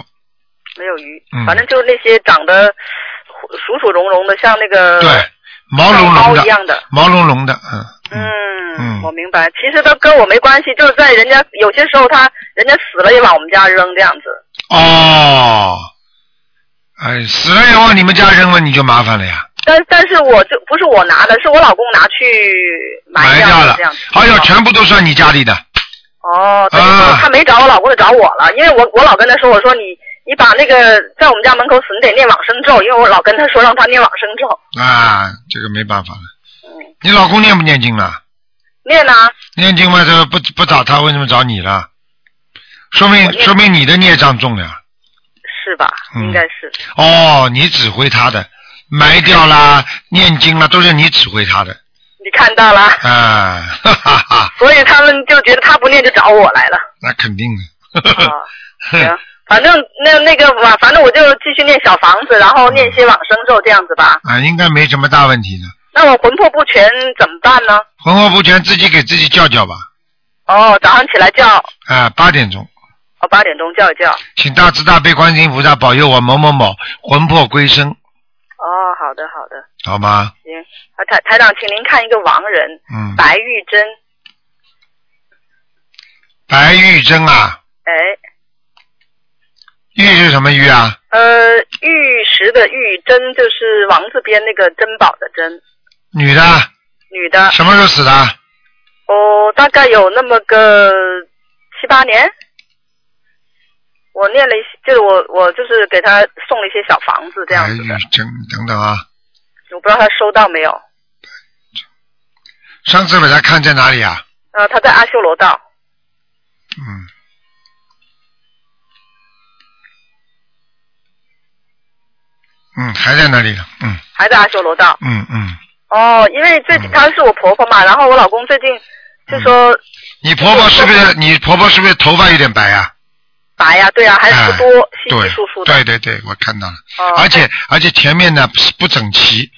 Speaker 6: 没有鱼
Speaker 1: 嗯，
Speaker 6: 反正就是那些长得鼠鼠茸茸的，像那个
Speaker 1: 对，毛
Speaker 6: 呃像
Speaker 1: 茸茸
Speaker 6: 猫
Speaker 1: 的
Speaker 6: 一，样的。
Speaker 1: 毛茸茸的，嗯嗯嗯
Speaker 6: 嗯，我明白。其实它跟我没关系，就是在人家有些时候它，人家死了也往我们家扔这样子。
Speaker 1: 哦，哎，死了以后你们家扔了你就麻烦了呀，
Speaker 6: 但但是我就不是我拿的，是我老公拿去埋
Speaker 1: 埋
Speaker 6: 掉
Speaker 1: 掉
Speaker 6: 的
Speaker 1: 了
Speaker 6: 这样子。，哦啊
Speaker 1: 哎呦，全部都算你家里的，
Speaker 6: 哦，对，
Speaker 1: 啊
Speaker 6: 他没找我老公，就找我了，因为我我老跟他说，我说你你把那个在我们家门口死点念往生咒，因为我老跟他说让他念往生咒，
Speaker 1: 啊，这个没办法了。你老公念不念经了？
Speaker 6: 念啊呢、
Speaker 1: 念经嘛，这个不不找他，为什么找你了？说明
Speaker 6: 我念
Speaker 1: 说明你的孽障重了。
Speaker 6: 是吧？
Speaker 1: 嗯
Speaker 6: 应该是。
Speaker 1: 哦，你指挥他的，埋掉啦，念经啦，都是你指挥他的
Speaker 6: 你看到了，
Speaker 1: 啊，哈哈哈，
Speaker 6: 所以他们就觉得他不念就找我来
Speaker 1: [LAUGHS]
Speaker 6: 了。
Speaker 1: 那肯定的。
Speaker 6: 啊，行，反正那那个吧，反正我就继续念小房子，然后念一些往生咒这样子吧。
Speaker 1: 啊，应该没什么大问题的。
Speaker 6: 那我魂魄不全怎么办呢？
Speaker 1: 魂魄不全，自己给自己叫叫吧。
Speaker 6: 哦，早上起来叫，
Speaker 1: 啊，八点钟，
Speaker 6: 哦八点钟叫一叫。
Speaker 1: 请大慈大悲观世音菩萨保佑我某某某魂魄归生，
Speaker 6: 哦，好的好的，
Speaker 1: 好吗？
Speaker 6: 行。啊台台长，请您看一个亡人
Speaker 1: 嗯，
Speaker 6: 白玉珍，
Speaker 1: 白玉珍啊，
Speaker 6: 哎，
Speaker 1: 玉是什么玉啊？
Speaker 6: 呃，玉石的玉，珍就是王字边那个珍宝的珍，
Speaker 1: 女的，啊
Speaker 6: 女的，
Speaker 1: 什么时候死的？啊
Speaker 6: 哦，大概有那么个七八年。我念了一些，就是我我就是给他送了一些小房子这样
Speaker 1: 白
Speaker 6: 子
Speaker 1: 玉
Speaker 6: 的，
Speaker 1: 珍，哎等等啊，
Speaker 6: 我不知道他收到没有。
Speaker 1: 上次给他看在哪里啊？
Speaker 6: 呃，他在阿修罗道，
Speaker 1: 嗯，嗯，还在那里呢。嗯
Speaker 6: 还在阿修罗道。
Speaker 1: 嗯嗯，
Speaker 6: 哦，因为最
Speaker 1: 嗯
Speaker 6: 近她是我婆婆嘛，然后我老公最近就说
Speaker 1: 你婆婆是不是你婆婆是不是头发有点白啊？
Speaker 6: 白呀、对呀、啊还是不多，稀稀
Speaker 1: 对
Speaker 6: 疏疏的。
Speaker 1: 对对哎对，我看到了，
Speaker 6: 哦
Speaker 1: 而且而且前面呢不是不整齐，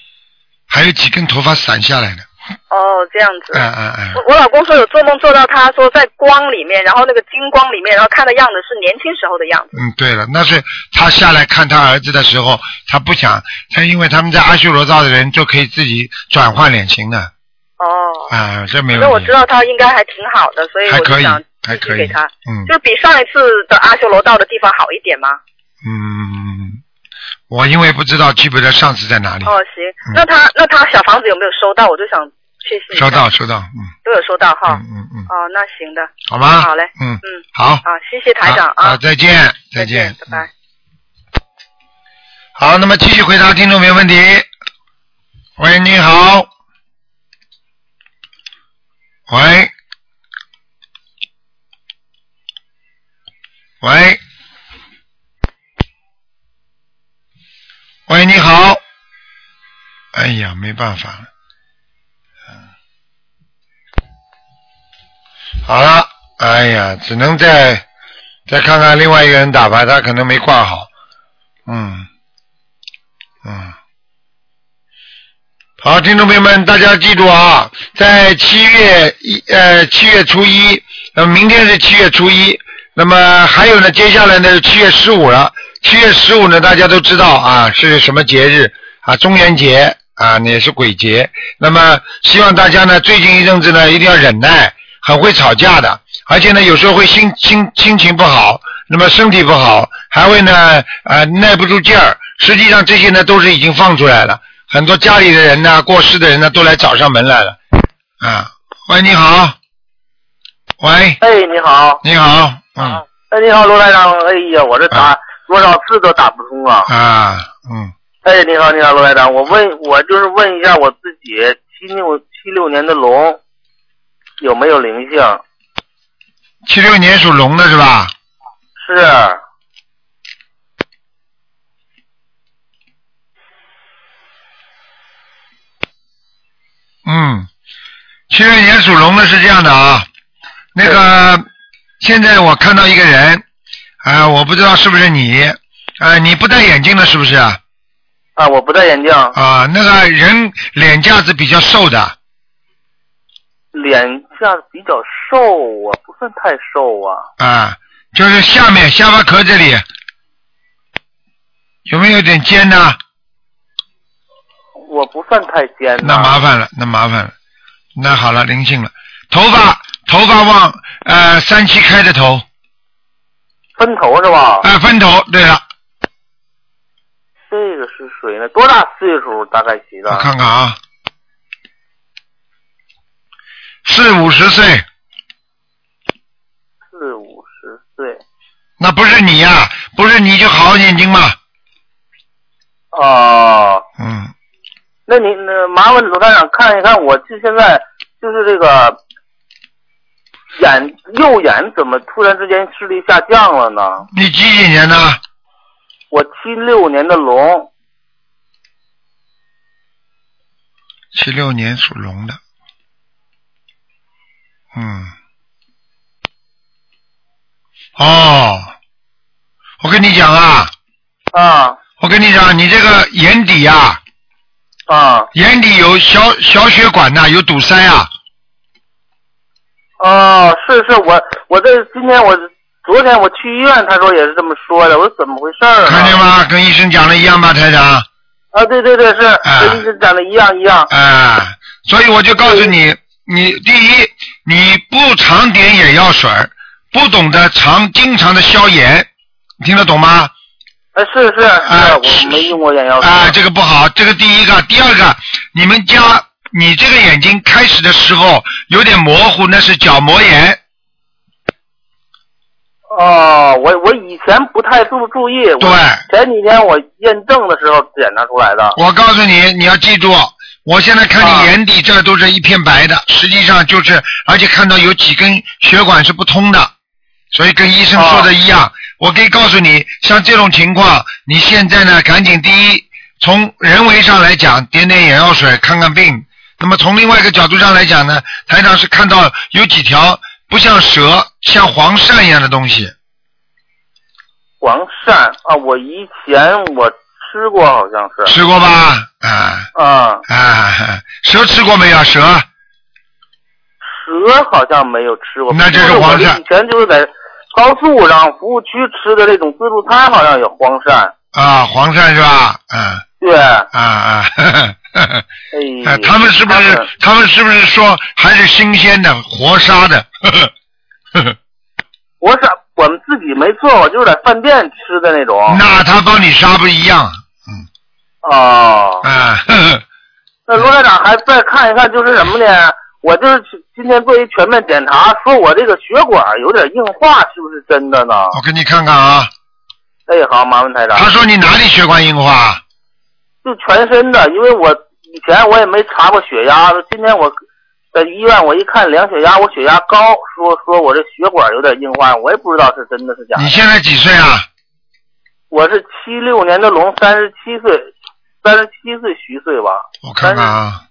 Speaker 1: 还有几根头发散下来的。
Speaker 6: 哦，这样子。
Speaker 1: 嗯嗯嗯
Speaker 6: 我，我老公说有做梦做到她说在光里面，然后那个金光里面，然后看的样子是年轻时候的样子。
Speaker 1: 嗯，对了，那是他下来看他儿子的时候，他不想，他因为他们在阿修罗道的人就可以自己转换脸型的
Speaker 6: 哦，
Speaker 1: 啊、这没
Speaker 6: 那我
Speaker 1: 问
Speaker 6: 知
Speaker 1: 题，
Speaker 6: 道她应该还挺好的，所以
Speaker 1: 还
Speaker 6: 我就
Speaker 1: 可以
Speaker 6: 想，
Speaker 1: 还
Speaker 6: 继续
Speaker 1: 可
Speaker 6: 给
Speaker 1: 以，
Speaker 6: 她，
Speaker 1: 嗯
Speaker 6: 就比上一次的阿修罗道的地方好一点吗？
Speaker 1: 嗯，我因为不知道记不得上次在哪里，
Speaker 6: 哦，行
Speaker 1: 嗯，
Speaker 6: 那她那她小房子有没有收到？我就想确信一下
Speaker 1: 收到收到，嗯
Speaker 6: 都有收到哈。
Speaker 1: 嗯嗯嗯，
Speaker 6: 哦，那行的，
Speaker 1: 好吗？
Speaker 6: 好嘞，
Speaker 1: 嗯
Speaker 6: 嗯，
Speaker 1: 好，
Speaker 6: 啊，谢谢台长
Speaker 1: 好
Speaker 6: 啊
Speaker 1: 好，再见
Speaker 6: 再
Speaker 1: 见，
Speaker 6: 拜拜。
Speaker 1: 好，那么继续回答听众朋友问题。喂，你好。喂。喂。喂，你好。哎呀，没办法了。嗯好了，哎呀，只能再再看看另外一个人打牌，他可能没挂好。嗯。嗯，好，听众朋友们，大家记住啊，在七月一呃七月初一，那、么明天是七月初一，那么还有呢，接下来呢是七月十五了。七月十五呢，大家都知道啊是什么节日啊，中元节啊，那也是鬼节。那么希望大家呢，最近一阵子呢，一定要忍耐，很会吵架的，而且呢，有时候会心心心情不好，那么身体不好，还会呢呃耐不住劲儿。实际上这些呢，都是已经放出来了，很多家里的人呢，过世的人呢，都来找上门来了。啊，喂，你好，喂，
Speaker 5: 哎，你好，
Speaker 1: 你好，嗯
Speaker 5: 哎，你好，罗台长，哎呀，我这
Speaker 1: 打
Speaker 5: 多少次都打不通啊
Speaker 1: 啊，嗯，
Speaker 5: 哎，你好，你好，罗台长，我问，我就是问一下我自己，七六七六年的龙有没有灵性？
Speaker 1: 七六年属龙的是吧？
Speaker 5: 是，
Speaker 1: 嗯，七六年属龙的是这样的啊，那个现在我看到一个人，啊、我不知道是不是你，啊、你不戴眼镜的是不是啊？
Speaker 5: 啊，我不戴眼镜，
Speaker 1: 啊，那个人脸架子比较瘦的，
Speaker 5: 脸下比较瘦啊，不算太瘦啊，
Speaker 1: 啊，就是下面下巴壳这里有没有点尖呢？
Speaker 5: 我不算太尖
Speaker 1: 那
Speaker 5: 呐。
Speaker 1: 麻烦了，那麻烦了，那好了，灵性了。头发头发往呃三七开的头，
Speaker 5: 分头是吧？
Speaker 1: 啊、分头。对了，
Speaker 5: 这个是谁呢？多大岁数？大概几
Speaker 1: 我
Speaker 5: 大？
Speaker 1: 看看啊，四五十岁，
Speaker 5: 四五十岁。
Speaker 1: 那不是你呀、不不是你就好好念经嘛。
Speaker 7: 哦，
Speaker 1: 嗯，
Speaker 7: 那你那麻烦罗站长看一看，我就现在就是这个眼右眼怎么突然之间视力下降了呢？
Speaker 1: 你几几年的？
Speaker 7: 我七六年的龙，
Speaker 1: 七六年属龙的。嗯。哦，我跟你讲啊，
Speaker 7: 啊
Speaker 1: 我跟你讲，你这个眼底啊，
Speaker 7: 啊
Speaker 1: 眼底有小小血管呐、有堵塞啊。
Speaker 7: 哦，是是，我我这今天我昨天我去医院，他说也是这么说的，我说怎么回事儿、啊？
Speaker 1: 看见吗？跟医生讲的一样吧，台长。
Speaker 7: 啊，对对对，是跟医生讲的一样一样。
Speaker 1: 啊，所以我就告诉你，你第一，你不常点眼药水儿，不懂得常经常的消炎，你听得懂吗？
Speaker 7: 啊，是是，
Speaker 1: 啊
Speaker 7: 是我没用过眼药水。
Speaker 1: 啊，这个不好，这个第一个，第二个，你们家你这个眼睛开始的时候有点模糊，那是角膜炎。
Speaker 7: 哦，我我以前不太注注意，我
Speaker 1: 对
Speaker 7: 前几天我验证的时候检查出来的。
Speaker 1: 我告诉你，你要记住，我现在看你
Speaker 7: 啊
Speaker 1: 眼底这儿都是一片白的，实际上就是，而且看到有几根血管是不通的，所以跟医生说的一样。我可以告诉你，像这种情况，你现在呢，赶紧第一，从人为上来讲，点点眼药水看看病。那么从另外一个角度上来讲呢，台长是看到有几条不像蛇、像黄鳝一样的东西。
Speaker 7: 黄鳝啊，我以前我吃过，好像是。
Speaker 1: 吃过吧？啊
Speaker 7: 啊，
Speaker 1: 啊，蛇吃过没有？蛇，
Speaker 7: 蛇好像没有吃过。
Speaker 1: 那这是
Speaker 7: 不
Speaker 1: 黄鳝
Speaker 7: 我以前就是在高速上服务区吃的这种自助餐，好像有黄鳝。
Speaker 1: 啊，黄鳝是吧？嗯
Speaker 7: 对，哎
Speaker 1: 啊啊呵 [LAUGHS] 呵呵呵，
Speaker 7: 呀
Speaker 1: 呃，他们是不是他们是不是说还是新鲜 [LAUGHS] 的活杀的？呵呵呵呵
Speaker 7: 我是我们自己没做，我就是在饭店吃的那种。
Speaker 1: 那他帮你杀不一样
Speaker 7: 哦，
Speaker 1: 啊！ [LAUGHS] 呵呵
Speaker 7: 那罗院长还再看一看，就是什么呢？我就是今天做一全面检查，说我这个血管有点硬化，是不是真的呢？
Speaker 1: 我给你看看啊，
Speaker 7: 哎，好，麻烦台长。
Speaker 1: 他说你哪里血管硬化？
Speaker 7: 就全身的，因为我以前我也没查过血压，今天我在医院我一看量血压，我血压高，说说我这血管有点硬化，我也不知道是真的是假
Speaker 1: 你
Speaker 7: 的。
Speaker 1: 现在几岁啊？
Speaker 7: 我是七六年的龙，三十七岁，三十七岁虚岁吧。
Speaker 1: 我看看啊。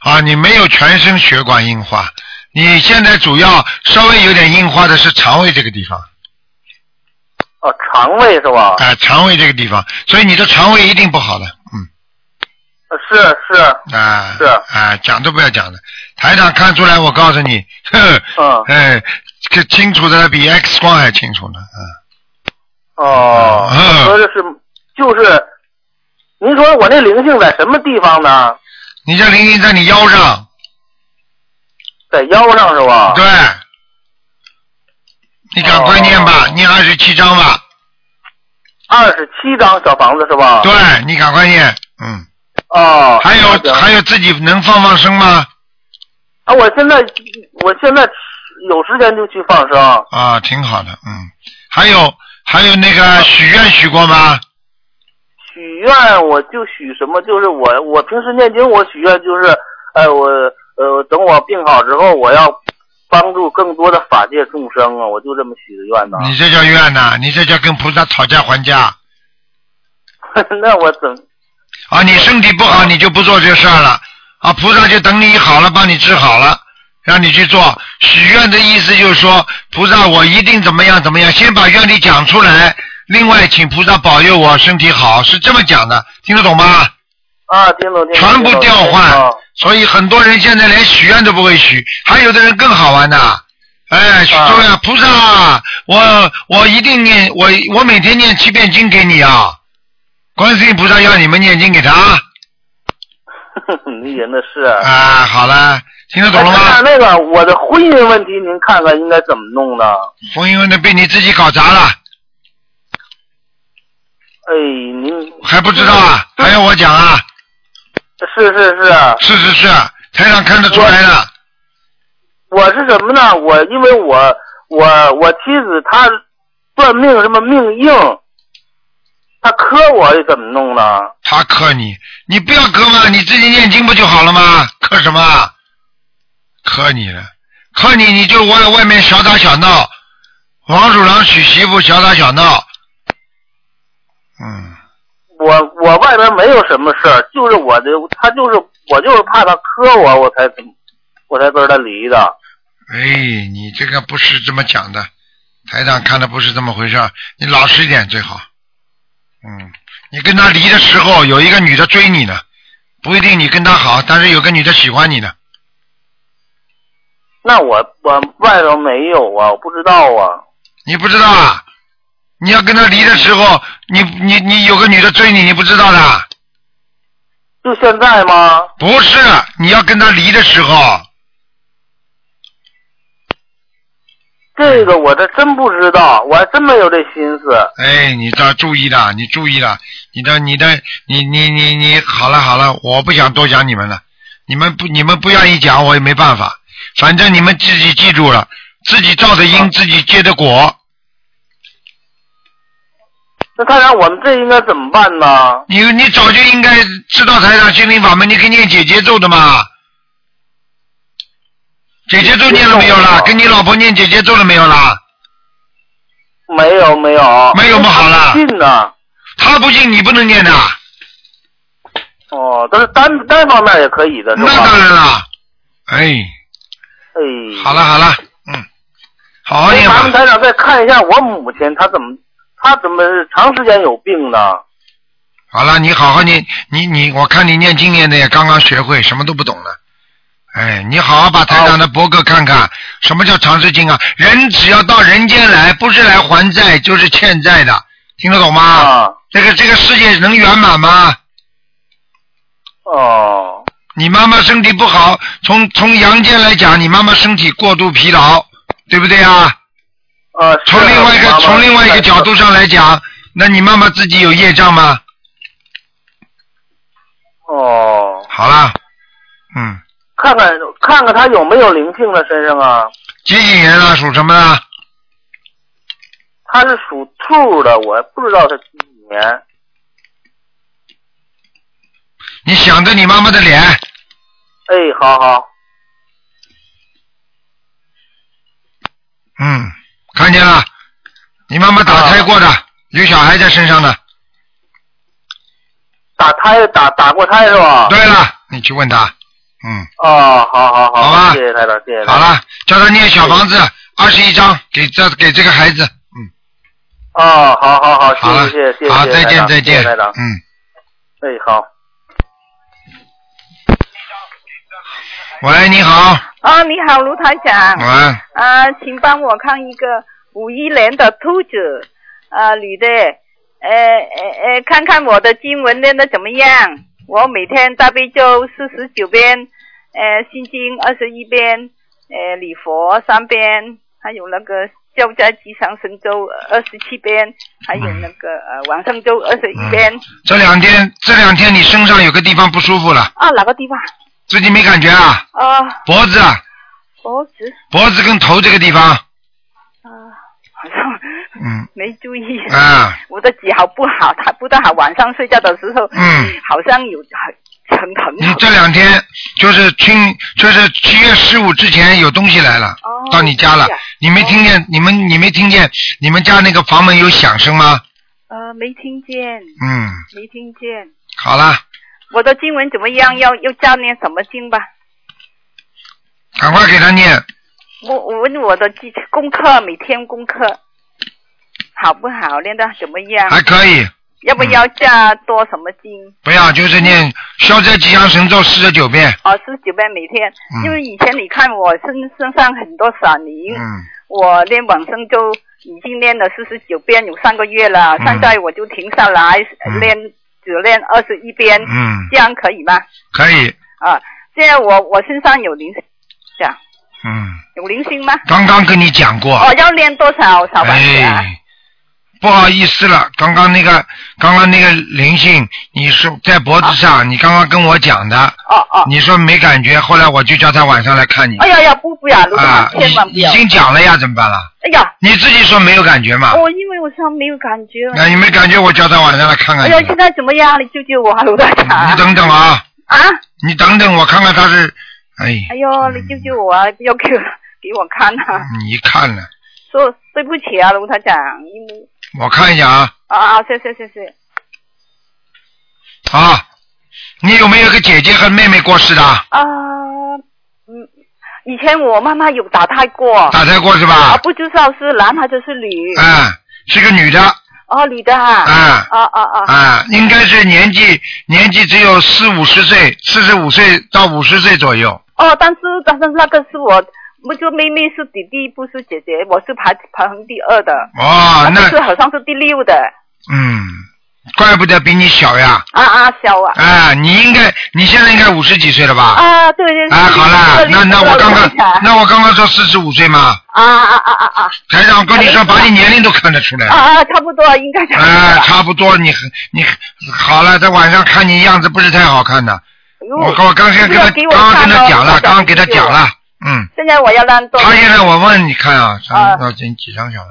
Speaker 1: 啊，你没有全身血管硬化，你现在主要稍微有点硬化的是肠胃这个地方，
Speaker 7: 哦、肠胃是吧？
Speaker 1: 啊、肠胃这个地方，所以你的肠胃一定不好的，嗯，
Speaker 7: 呃是是，
Speaker 1: 啊、
Speaker 7: 是
Speaker 1: 啊、讲都不要讲了，台长看出来，我告诉你， [LAUGHS] 呵呵，
Speaker 7: 嗯，
Speaker 1: 哎，这清楚的比 X 光还清楚呢，嗯，
Speaker 7: 哦，
Speaker 1: 嗯
Speaker 7: 说的是就是，您说我那灵性在什么地方呢？
Speaker 1: 你这灵性在你腰
Speaker 7: 啊
Speaker 1: 上，
Speaker 7: 在腰上是吧？
Speaker 1: 对，你赶快念吧，
Speaker 7: 哦
Speaker 1: 念二十七章吧，
Speaker 7: 二十七张小房子是吧？
Speaker 1: 对你赶快念，嗯，
Speaker 7: 哦，
Speaker 1: 还
Speaker 7: 好
Speaker 1: 有
Speaker 7: 的
Speaker 1: 还有自己能放放生吗？
Speaker 7: 啊，我现在我现在有时间就去放生，
Speaker 1: 啊，挺好的，嗯，还有还有那个许愿许过吗？
Speaker 7: 许愿我就许什么，就是我我平时念经我许愿就是，哎我呃等我病好之后我要帮助更多的法界众生啊，我就这么许的愿呢。
Speaker 1: 你这叫愿呐、你这叫跟菩萨讨价还价嗯
Speaker 7: [LAUGHS] 那我怎
Speaker 1: 啊！你身体不好，你就不做这事儿了啊！菩萨就等你好了，帮你治好了，让你去做许愿的意思就是说，菩萨我一定怎么样怎么样，先把愿力讲出来。另外，请菩萨保佑我身体好，是这么讲的，听得懂吗？
Speaker 7: 啊听懂听懂
Speaker 1: 全部调换，所以很多人现在连许愿都不会许，还有的人更好玩的，哎，许
Speaker 7: 啊
Speaker 1: 说呀，菩萨，我我一定念，我我每天念七遍经给你啊，观世音菩萨要你们念经给他
Speaker 7: 你也 [LAUGHS] 那是。
Speaker 1: 啊，好了，听得懂了
Speaker 7: 哎
Speaker 1: 吗？
Speaker 7: 那个我的婚姻问题，您看看应该怎么弄呢？
Speaker 1: 婚姻问题被你自己搞砸了，
Speaker 7: 哎，您
Speaker 1: 还不知道
Speaker 7: 嗯
Speaker 1: 啊？还要我讲啊？
Speaker 7: 是是是，啊
Speaker 1: 是啊是是，台上看得出来的，
Speaker 7: 我是什么呢？我因为我我我妻子她算命什么命硬，她磕我怎么弄呢？
Speaker 1: 他克你，你不要克嘛，你自己念经不就好了吗？克什么？克你了，克你你就外外面小打小闹，王鼠狼娶媳妇小打小闹，嗯，
Speaker 7: 我我外边没有什么事儿，就是我的，她就是我就是怕她磕我，我才我才跟她离的。
Speaker 1: 哎，你这个不是这么讲的，台长看的不是这么回事儿，你老实一点最好。嗯，你跟他离的时候，有一个女的追你呢，不一定你跟他好，但是有个女的喜欢你呢。
Speaker 7: 那我我外头没有啊，我不知道啊。
Speaker 1: 你不知道啊？你要跟他离的时候，你你你有个女的追你，你不知道的？
Speaker 7: 就现在吗？
Speaker 1: 不是，你要跟他离的时候，
Speaker 7: 这
Speaker 1: 嗯
Speaker 7: 个我这真不知道，我还真没有这心思。
Speaker 1: 哎，你这注意了，你注意了，你的你的你你你你，好了好了，我不想多讲你们了，你们不你们不愿意讲，我也没办法，反正你们自己记住了，自己造的
Speaker 7: 啊
Speaker 1: 因，自己结的果。
Speaker 7: 那他让我们这应该怎么办呢？
Speaker 1: 你你早就应该知道台长心灵法门，你可以念姐姐咒的嘛。姐姐咒念了没有啦？跟你老婆念姐姐咒了没有啦？
Speaker 7: 没有没有，
Speaker 1: 没有嘛好了
Speaker 7: 他不信呢。
Speaker 1: 她不信你不能念的，
Speaker 7: 哦，但是单单方面也可以的，是吧？
Speaker 1: 那当然啦。哎，
Speaker 7: 哎，
Speaker 1: 好了好了，嗯，好啊好
Speaker 7: 那
Speaker 1: 念
Speaker 7: 咱们
Speaker 1: 吧。
Speaker 7: 台长再看一下我母亲，她怎么，她怎么长时间有病呢？
Speaker 1: 好了，你好好念，你你，我看你念经念的也刚刚学会，什么都不懂了。哎，你好好把台长的博客看看，什么叫长寿经啊？人只要到人间来，不是来还债就是欠债的，听得懂吗？
Speaker 7: 啊，
Speaker 1: 这个这个世界能圆满吗？
Speaker 7: 哦，
Speaker 1: 你妈妈身体不好，从从阳间来讲，你妈妈身体过度疲劳，对不对啊？
Speaker 7: 呃，
Speaker 1: 从另外一个从另外一个角度
Speaker 7: 上，
Speaker 1: 上来讲，那你妈妈自己有业障吗？
Speaker 7: 哦，
Speaker 1: 好啦，嗯，
Speaker 7: 看看看看她有没有灵性在身上啊？
Speaker 1: 几几年了，属什么的？
Speaker 7: 她是属兔的，我不知道她几几年。
Speaker 1: 你想着你妈妈的脸，
Speaker 7: 哎，好好，
Speaker 1: 嗯，看见了，你妈妈打
Speaker 8: 啊
Speaker 1: 胎过的，有小孩在身上的。
Speaker 7: 打胎打打过胎是吧？
Speaker 1: 对了，你去问他，嗯，
Speaker 7: 哦，好好
Speaker 1: 好吧
Speaker 7: 好，谢谢台长，谢谢台长。
Speaker 1: 好了，叫他念小房子
Speaker 8: 嗯
Speaker 1: 二十一张，给这给这个孩子，嗯，
Speaker 7: 哦，好好好，
Speaker 1: 好了
Speaker 7: 谢谢谢谢，谢，谢
Speaker 1: 好，
Speaker 7: 台
Speaker 1: 再见
Speaker 7: 长
Speaker 1: 再
Speaker 7: 谢谢
Speaker 1: 见，
Speaker 7: 台长，
Speaker 1: 嗯。
Speaker 7: 哎，好。
Speaker 1: 喂，你好，
Speaker 8: 啊，你好，卢台长。
Speaker 1: 喂，
Speaker 8: 啊，请帮我看一个五一年的兔子，啊，女的，呃呃呃，看看我的经文念的怎么样？我每天大悲咒四十九遍，呃，心经二十一遍，呃，礼佛三遍，还有那个消灾吉祥神咒呃二十七遍，还有那个呃往生咒二十一遍。
Speaker 1: 嗯这两天这两天你身上有个地方不舒服了，
Speaker 8: 啊，哪个地方？
Speaker 1: 自己没感觉啊？
Speaker 8: 啊，哦
Speaker 1: 脖子啊，
Speaker 8: 脖子
Speaker 1: 脖子跟头这个地方，
Speaker 8: 啊，好像
Speaker 1: 嗯
Speaker 8: [LAUGHS] 没注意。
Speaker 1: 啊，
Speaker 8: 我的脚好不好，他不大好。晚上睡觉的时候，
Speaker 1: 嗯，
Speaker 8: 好像有很很疼。
Speaker 1: 你这两天就是清就是七月十五之前有东西来了，
Speaker 8: 哦
Speaker 1: 到你家了
Speaker 8: 是啊，
Speaker 1: 你没听见？你们你没听见你们家那个房门有响声吗？
Speaker 8: 呃，没听见，
Speaker 1: 嗯，
Speaker 8: 没听见。
Speaker 1: 好了，
Speaker 8: 我的经文怎么样？要要加念什么经吧？
Speaker 1: 赶快给他念，
Speaker 8: 嗯我我问我的记功课，每天功课好不好？练得怎么样？
Speaker 1: 还可以，嗯
Speaker 8: 要不要加多什么经？
Speaker 1: 不要就是念消灾吉祥神咒四十九遍，
Speaker 8: 哦，四十九遍每天，
Speaker 1: 嗯
Speaker 8: 因为以前你看我身身上很多闪灵，
Speaker 1: 嗯。
Speaker 8: 我练往生咒已经练了四十九遍，有三个月了，
Speaker 1: 嗯
Speaker 8: 现在我就停下来
Speaker 1: 嗯
Speaker 8: 练，只练二十一遍，
Speaker 1: 嗯，
Speaker 8: 这样可以吗？
Speaker 1: 可以，
Speaker 8: 啊，现在我我身上有灵性，这样
Speaker 1: 嗯，
Speaker 8: 有灵性吗？哦
Speaker 1: 刚刚跟你讲过，
Speaker 8: 哦，要练多少小房子啊？
Speaker 1: 哎，不好意思了，刚刚那个刚刚那个灵性，你说在脖子上，你刚刚跟我讲的，
Speaker 8: 啊哦哦，
Speaker 1: 你说没感觉，后来我就叫他晚上来看你。
Speaker 8: 哎呀呀，不不呀，卢台
Speaker 1: 啊
Speaker 8: 长，，千万不
Speaker 1: 已
Speaker 8: 要
Speaker 1: 已！经讲了呀，怎么办了？
Speaker 8: 哎呀，
Speaker 1: 你自己说没有感觉嘛？
Speaker 8: 我因为我身上没有感觉。
Speaker 1: 那、你没感觉，我叫他晚上来看看
Speaker 8: 哎
Speaker 1: 你。
Speaker 8: 呀，现在怎么样？你救救我啊，卢台长！
Speaker 1: 你等等啊，
Speaker 8: 啊！
Speaker 1: 你等等，我看看他是，哎，
Speaker 8: 哎呦，你救救我啊！不要给我 [LAUGHS] 给我看啊！
Speaker 1: 你一看了，
Speaker 8: 说对不起啊，卢台长，因为
Speaker 1: 我看一下啊
Speaker 8: 啊啊，谢谢谢谢。
Speaker 1: 啊，你有没有个姐姐和妹妹过世的？
Speaker 8: 啊，嗯，以前我妈妈有打胎过，
Speaker 1: 打胎过是
Speaker 8: 啊，
Speaker 1: 吧？
Speaker 8: 不知道是男还是是女，
Speaker 1: 嗯，是个女的，
Speaker 8: 哦，女的啊，
Speaker 1: 啊
Speaker 8: 啊啊啊，
Speaker 1: 啊，应该是年纪年纪只有四五十岁，四十五岁到五十岁左右。
Speaker 8: 哦，但是但是那个是我，不就妹妹是弟弟，不是姐姐，我是排排行第二的，
Speaker 1: 哦，
Speaker 8: 但啊是
Speaker 1: 那
Speaker 8: 好像是第六的，
Speaker 1: 嗯，怪不得比你小呀。
Speaker 8: 啊啊，小啊，
Speaker 1: 啊，你应该你现在应该五十几岁了吧？
Speaker 8: 啊，对对，
Speaker 1: 啊，好啦，那那我刚刚
Speaker 8: 啊
Speaker 1: 那我刚刚说四十五岁嘛，
Speaker 8: 啊啊啊啊
Speaker 1: 台长跟你说把你年龄都看得出来
Speaker 8: 啊
Speaker 1: 了。
Speaker 8: 啊，差不多应该差
Speaker 1: 啊，
Speaker 8: 不
Speaker 1: 差不多，你你好了，在晚上看你样子不是太好看的，
Speaker 8: 多，
Speaker 1: 我我刚才跟他
Speaker 8: 哦不要给
Speaker 1: 刚
Speaker 8: 我
Speaker 1: 刚跟
Speaker 8: 看
Speaker 1: 他
Speaker 8: 哦
Speaker 1: 讲了，
Speaker 8: 我
Speaker 1: 刚刚给他
Speaker 8: 想
Speaker 1: 讲
Speaker 8: 不
Speaker 1: 了，嗯，
Speaker 8: 现在我要让多，
Speaker 1: 他现在我问你看啊，
Speaker 8: 啊
Speaker 1: 张要几几张小王？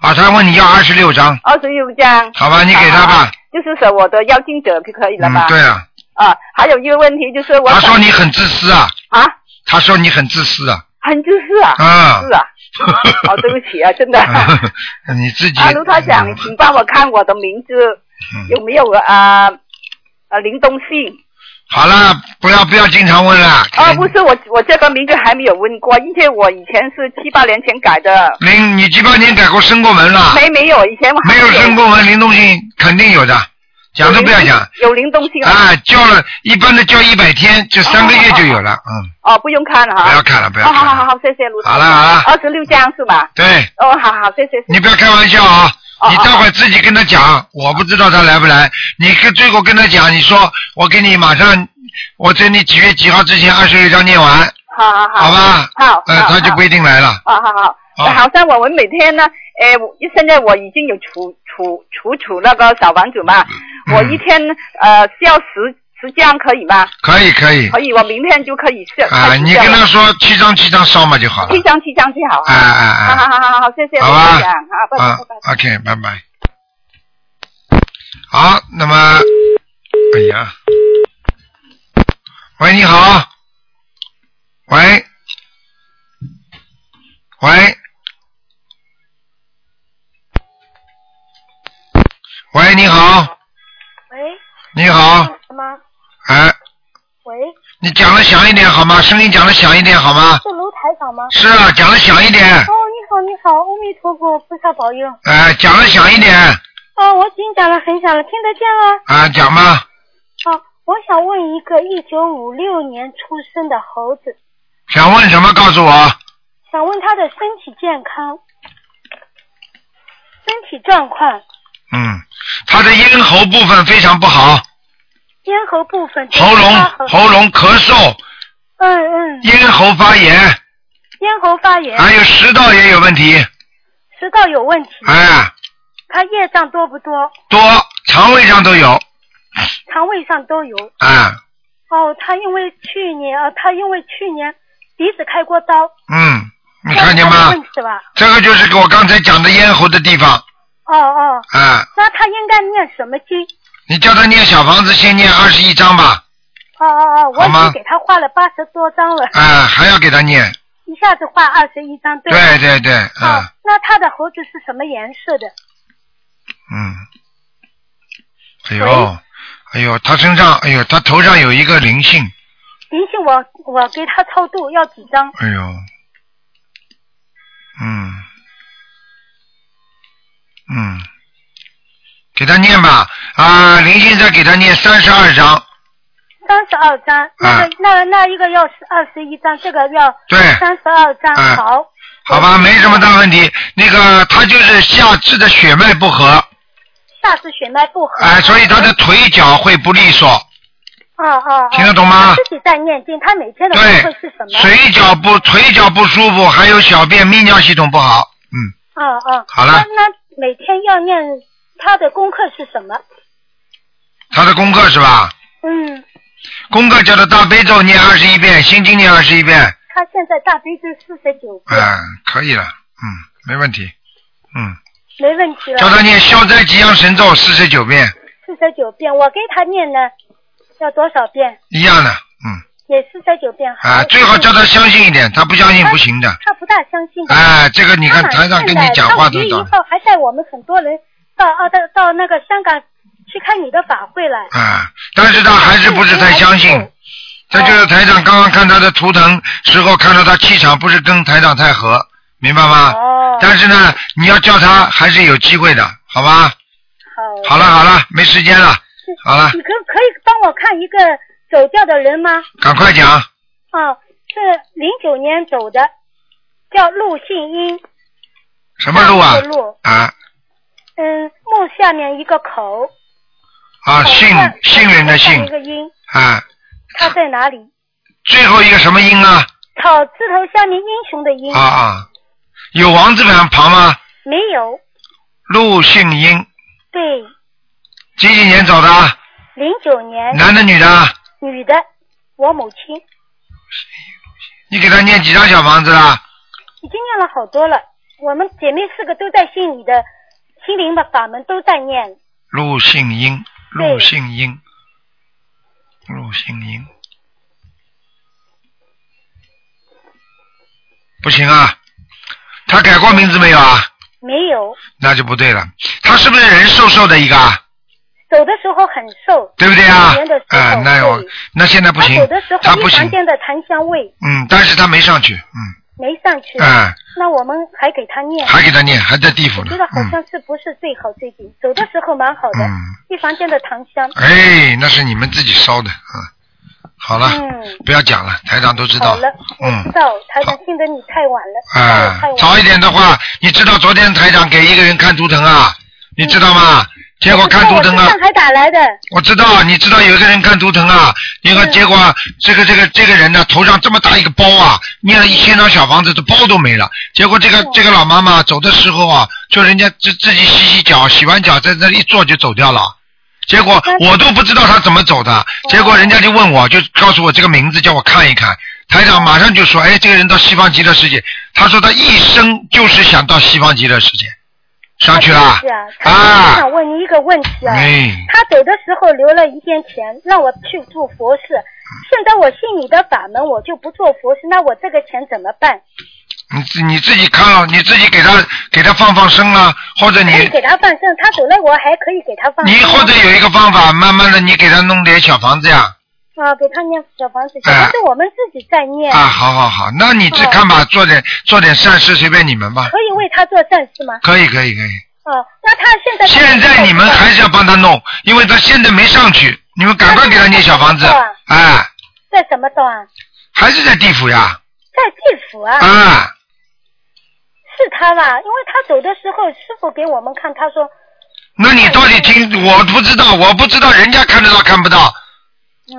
Speaker 1: 啊，他问你要二十六张，
Speaker 8: 二十六张，
Speaker 1: 好吧，你给他吧，
Speaker 8: 啊就是说我的要进者就可以了吧
Speaker 1: 嗯，？对了，
Speaker 8: 啊，还有一个问题就是我
Speaker 1: 他
Speaker 8: 想
Speaker 1: 说你很自私啊，
Speaker 8: 啊，
Speaker 1: 他说你很自私啊， [LAUGHS]
Speaker 8: 很自私啊，
Speaker 1: 啊， [LAUGHS]
Speaker 8: 是啊，哦，对不起啊，真的。啊，
Speaker 1: 你自己。
Speaker 8: 卢台长，请帮我看我的名字
Speaker 1: 嗯
Speaker 8: 有没有啊啊林东信？
Speaker 1: 好了，不要不要经常问了。
Speaker 8: 啊，不是我，我这个名字还没有问过，因为我以前是七八年前改的，
Speaker 1: 林，你几八年改过升过门了？
Speaker 8: 没没有，以前我还
Speaker 1: 没有升过门，林东信肯定有的，讲都不要讲。
Speaker 8: 有林东信啊，
Speaker 1: 啊，叫了一般的叫一百天，这三个月就有了，嗯，
Speaker 8: 哦，不用看了
Speaker 1: 不要
Speaker 8: 哈。
Speaker 1: 看了，不
Speaker 8: 好
Speaker 1: 要
Speaker 8: 好
Speaker 1: 看
Speaker 8: 好
Speaker 1: 了。
Speaker 8: 好，谢谢卢台
Speaker 1: 好
Speaker 8: 长。
Speaker 1: 了好了，
Speaker 8: 二十六张是吧？
Speaker 1: 对
Speaker 8: 哦，好好，谢谢。谢谢
Speaker 1: 你不要开玩笑啊！
Speaker 8: 哦
Speaker 1: 你待会儿自己跟他讲，我不知道他来不来。你跟最后跟他讲，你说我给你马上，我在你几月几号之前二十六章念完，
Speaker 8: 哦好好好。
Speaker 1: 好吧？
Speaker 8: 好。
Speaker 1: 呃，
Speaker 8: 好
Speaker 1: 他就
Speaker 8: 好
Speaker 1: 不一定来了。哦
Speaker 8: 啊，好好。
Speaker 1: 好
Speaker 8: 好像我们每天呢，诶，我现在我已经有储储储储那个小房子嘛，
Speaker 1: 嗯
Speaker 8: 我一天呃需要十十张可以吗？
Speaker 1: 可以可以。
Speaker 8: 可以，我明天就可以设
Speaker 1: 啊，你跟他说七张七张烧嘛就好了
Speaker 8: 七。张七张最好
Speaker 1: 啊
Speaker 8: 啊！好
Speaker 1: 啊
Speaker 8: 好
Speaker 1: 啊！
Speaker 8: 好好好，谢谢
Speaker 1: 好吧
Speaker 8: 卢台长，好，拜
Speaker 1: 啊
Speaker 8: 拜拜拜。
Speaker 1: ，OK，拜拜。好，那么，哎呀，喂，你好，喂，喂，喂，你好，
Speaker 9: 喂，
Speaker 1: 你好，
Speaker 9: 什么？
Speaker 1: 哎，
Speaker 9: 喂，
Speaker 1: 你讲的响一点好吗？声音讲的响一点好吗？
Speaker 9: 是卢台长吗？
Speaker 1: 是啊，讲的响一点
Speaker 9: 哦，，你好，你好，阿弥陀佛，菩萨保佑。
Speaker 1: 哎，讲的响一点。
Speaker 9: 哦，我已经讲了很响了，听得见啊。
Speaker 1: 啊，讲吧，
Speaker 9: 哦，我想问一个一九五六年出生的猴子，
Speaker 1: 想问什么告诉我。
Speaker 9: 想问他的身体健康、身体状况、
Speaker 1: 嗯，他的咽喉部分非常不好，
Speaker 9: 咽喉部分。
Speaker 8: [LAUGHS]
Speaker 1: 喉咙喉咙咳嗽，
Speaker 9: 嗯嗯，
Speaker 1: 咽喉发炎，
Speaker 9: 咽喉发炎，
Speaker 1: 还有食道也有问题，
Speaker 9: 食道有问题，
Speaker 1: 哎，
Speaker 9: 他业障多不多？
Speaker 1: 多肠胃上都有，
Speaker 9: 肠胃上都有。
Speaker 1: 哎，
Speaker 9: 哦，他因为去年，呃，他因为去年鼻子开过刀，
Speaker 1: 嗯，你看见
Speaker 9: 这
Speaker 1: 吗
Speaker 9: 是他的？问题吧？
Speaker 1: 这个就是我刚才讲的咽喉的地方，
Speaker 9: 哦哦，
Speaker 1: 啊，
Speaker 9: 那他应该念什么经？
Speaker 1: 你叫他念小房子，先念二十一章吧，
Speaker 9: 哦哦哦，我
Speaker 1: 好
Speaker 9: 已
Speaker 1: 吗
Speaker 9: 经给他画了八十多张了，
Speaker 1: 啊，还要给他念，
Speaker 9: 一下子画二十一张，对吧？
Speaker 1: 对对对，
Speaker 9: 哦
Speaker 1: 啊，，
Speaker 9: 那他的猴子是什么颜色的？
Speaker 1: 嗯，哎呦，哎呦，他身上，哎呦，他头上有一个灵性。
Speaker 9: 灵性我我给他超度要几张？
Speaker 1: 哎呦，嗯，嗯，给他念吧啊，林性再给他念三十二章，
Speaker 9: 三十二张，那
Speaker 1: 嗯
Speaker 9: 个、那那一个要二十一张，这个要
Speaker 1: 对，
Speaker 9: 三十二张，
Speaker 1: 嗯
Speaker 9: 好，
Speaker 1: 好吧，没什么大问题。那个他就是下肢的血脉不和，
Speaker 9: 下次血脉不和。
Speaker 1: 哎、所以他的腿脚会不利索，
Speaker 9: 哦哦，哦
Speaker 1: 听得懂吗
Speaker 9: 他自己在念经，他每天的功
Speaker 1: 对
Speaker 9: 课是什么？
Speaker 1: 腿脚不腿脚不舒服，还有小便泌尿系统不好，嗯，
Speaker 9: 嗯嗯，
Speaker 1: 好了
Speaker 9: 那那每天要念他的功课是什么？
Speaker 1: 他的功课是吧？
Speaker 9: 嗯，
Speaker 1: 功课叫他大悲咒念二十一遍，心经念二十一遍，
Speaker 9: 他现在大悲咒四十九，
Speaker 1: 嗯、可以了，嗯，没问题，嗯，
Speaker 9: 没问题了。
Speaker 1: 叫他念消灾吉祥神咒四十九遍，
Speaker 9: 四十九遍，我给他念呢，要多少遍？
Speaker 1: 一样的，嗯，
Speaker 9: 也四十九遍。
Speaker 1: 啊，最好叫他相信一点，他不相信不行的，
Speaker 9: 他不大相信。
Speaker 1: 哎这个你看
Speaker 9: 他
Speaker 1: 台长跟你讲话都
Speaker 9: 到。他五一
Speaker 1: 懂
Speaker 9: 以后还带我们很多人到澳大到那个香港去看你的法会来。
Speaker 1: 啊，但是他还是不是太相信。这就是台长刚刚看他的图腾时候，看到他气场不是跟台长太合，明白吗？哦。但是呢，你要叫他还是有机会的，好吧？好。好了好了，没时间了，好了，
Speaker 9: 你可可以帮我看一个走掉的人吗？
Speaker 1: 赶快讲。
Speaker 9: 啊，是零九年走的，叫陆信英。
Speaker 1: 什么路啊
Speaker 9: 大？陆。
Speaker 1: 啊
Speaker 9: 嗯，木下面一个口。
Speaker 1: 啊，
Speaker 9: 口
Speaker 1: 幸
Speaker 9: 下
Speaker 1: 幸运的
Speaker 9: 口下
Speaker 1: 幸
Speaker 9: 一个音，
Speaker 1: 啊，
Speaker 9: 他在哪里？
Speaker 1: 最后一个什么音啊？
Speaker 9: 草字头下面英雄的英。
Speaker 1: 啊啊，有王字旁旁吗？
Speaker 9: 没有，
Speaker 1: 陆姓英，
Speaker 9: 对，
Speaker 1: 几几年走的啊？
Speaker 9: 零九年。
Speaker 1: 男的女的啊？
Speaker 9: 女的，我母亲
Speaker 1: 你给他念几张小房子啊啦？
Speaker 9: 已经念了好多了。我们姐妹四个都在信你的心灵的法门，都在念。
Speaker 1: 陆姓英，陆姓英，陆姓英，不行啊！他改过名字没有啊？
Speaker 9: 没有，
Speaker 1: 那就不对了。他是不是人瘦瘦的一个啊？
Speaker 9: 走的时候很瘦，
Speaker 1: 对不对啊
Speaker 9: 去年的时？候
Speaker 1: 啊、那我那现在不
Speaker 9: 他
Speaker 1: 行
Speaker 9: 走的时，
Speaker 1: 他
Speaker 9: 候
Speaker 1: 不
Speaker 9: 一
Speaker 1: 行
Speaker 9: 房，间的檀香味
Speaker 1: 嗯，但是他没上去，嗯，
Speaker 9: 没上去。
Speaker 1: 哎
Speaker 9: 那我们还给他念。
Speaker 1: 还给他念，还在地府
Speaker 9: 我
Speaker 1: 呢
Speaker 9: 觉得，好
Speaker 1: 嗯
Speaker 9: 像是不是最好最近，走的时候蛮好的，
Speaker 1: 嗯，
Speaker 9: 一房间的檀香。
Speaker 1: 哎，那是你们自己烧的，嗯，好了，
Speaker 9: 嗯，
Speaker 1: 不要讲了，台长都知道
Speaker 9: 好，了，
Speaker 1: 嗯
Speaker 9: 知。道台长信得你太晚了，
Speaker 1: 啊
Speaker 9: 太晚，了
Speaker 1: 早一点的话，你知道昨天台长给一个人看图腾啊，你知道吗？结果看图腾
Speaker 9: 我
Speaker 1: 啊
Speaker 9: 是，上海打来的，
Speaker 1: 我知道，你知道有一个人看图腾啊，那个结果这个这个这个人呢，头上这么大一个包啊，念了一千张小房子，这包都没了。结果这个这个老妈妈走的时候啊，就人家自自己洗洗脚，洗完脚在那里一坐就走掉了。结果我都不知道他怎么走的，结果人家就问我，就告诉我这个名字，叫我看一看。台长马上就说：“哎，这个人到西方极乐世界。”他说他一生就是想到西方极乐世界，上去了
Speaker 9: 是。啊，台长我想问你一个问题啊，
Speaker 1: 哎，
Speaker 9: 他走的时候留了一天钱让我去做佛事，现在我信你的法门，我就不做佛事，那我这个钱怎么办？
Speaker 1: 你自你自己看了，你自己给他给他放放生啦，或者你
Speaker 9: 可以给他放生，他走了我还可以给他哎放生。
Speaker 1: 你或者有一个方法，慢慢的你给他弄点小房子呀。
Speaker 9: 啊，给他念小房子，小房子我们自己在念，
Speaker 1: 啊，好好好，那你只看吧，做点做点善事，随便你们吧。
Speaker 9: 可以为他做善事吗？
Speaker 1: 可以可以可以。
Speaker 9: 啊，那他现在
Speaker 1: 现在你们还是要帮他弄，因为他现在没上去，你们赶快给他念小房子
Speaker 9: 那他在。啊
Speaker 1: 哎，
Speaker 9: 在什么道啊？
Speaker 1: 还是在地府呀？
Speaker 9: 在地府啊。
Speaker 1: 啊，
Speaker 9: 是他吧？因为他走的时候，师傅给我们看，他说，
Speaker 1: 那你到底听？我不知道，我不知道人家看得到看不到。
Speaker 9: 嗯，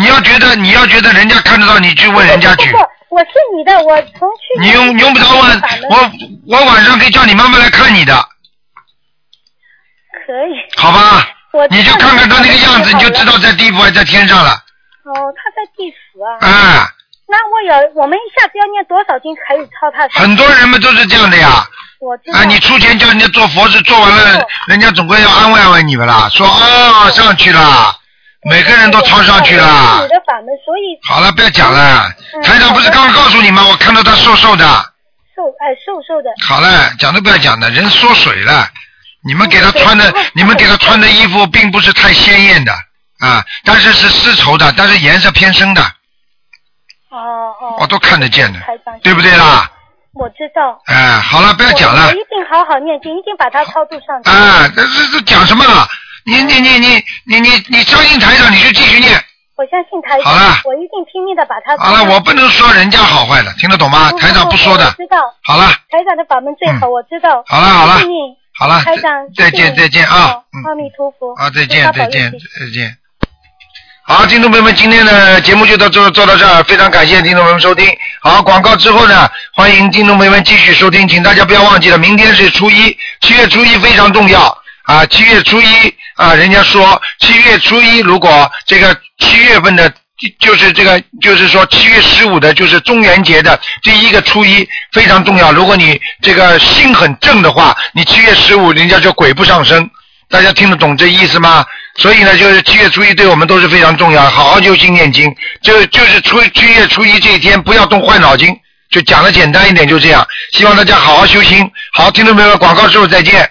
Speaker 1: 你要觉得你要觉得人家看得到，你去问人家去。
Speaker 9: 不不不，我是你的，我从去
Speaker 1: 你
Speaker 9: 年
Speaker 1: 用你用不着问
Speaker 9: 法门
Speaker 1: 我，我晚上可以叫你妈妈来看你的，
Speaker 9: 可以，
Speaker 1: 好吧？
Speaker 9: 我
Speaker 1: 你就看看他那个样子，你就知道在地府还是在天上了。
Speaker 9: 哦，他在地府啊。
Speaker 1: 啊，
Speaker 9: 那我有，我们一下子要念多少经才有超他？
Speaker 1: 很多人们都是这样的呀。
Speaker 9: 我知道。
Speaker 1: 啊，你出钱叫人家做佛事，做完了，人家总归要安慰安慰你们啦，说哦上去了，每个人都超上去
Speaker 9: 我是
Speaker 1: 了
Speaker 9: 你。的法门，所以
Speaker 1: 好了，不要讲了
Speaker 9: 嗯，
Speaker 1: 台长不是刚刚告诉你吗？我看到他瘦瘦的。
Speaker 9: 瘦哎瘦瘦的，
Speaker 1: 好了，讲都不要讲了，人缩水了。你们给他穿
Speaker 9: 嗯
Speaker 1: 的，你们给他穿的衣服并不是太鲜艳的啊，但是是丝绸的，但是颜色偏深的，
Speaker 9: 哦哦。
Speaker 1: 我都看得见的
Speaker 9: 台长，
Speaker 1: 对不对啦？
Speaker 9: 我知道。
Speaker 1: 哎，好了，不要讲
Speaker 9: 我我
Speaker 1: 了。
Speaker 9: 一定好好念经，一定把他超度上去。
Speaker 1: 啊，这这这讲什么了？你你你你你你你相信台长，你就继续念。
Speaker 9: 我相信台长，
Speaker 1: 好了
Speaker 9: 我一定拼命的把他。
Speaker 1: 好了，我不能说人家好坏的，听得懂吗？台长不说
Speaker 9: 我
Speaker 1: 的。
Speaker 9: 知道。
Speaker 1: 好了，嗯
Speaker 9: 台长的法门最好，我知道。
Speaker 1: 好了好了
Speaker 9: 谢谢你，
Speaker 1: 好了
Speaker 9: 台长，
Speaker 1: 再见
Speaker 9: 谢谢你
Speaker 1: 再见啊
Speaker 9: 哦阿弥陀佛，
Speaker 1: 啊，再
Speaker 9: 菩萨
Speaker 1: 见
Speaker 9: 保佑
Speaker 1: 再见
Speaker 9: 你
Speaker 1: 再见。好，听众朋友们，今天的节目就到做做到这儿，非常感谢听众朋友们收听。好，广告之后呢，欢迎听众朋友们继续收听，请大家不要忘记了，明天是初一，七月初一非常重要啊！七月初一啊，人家说七月初一，如果这个七月份的，就是这个，就是说七月十五的，就是中元节的第一个初一非常重要。如果你这个心很正的话，你七月十五人家就鬼不上身。大家听得懂这意思吗？所以呢，就是七月初一对我们都是非常重要，好好修心念经。就就是初七月初一这一天，不要动坏脑筋，就讲的简单一点，就这样。希望大家好好修心。好，听众朋友们，广告之后再见。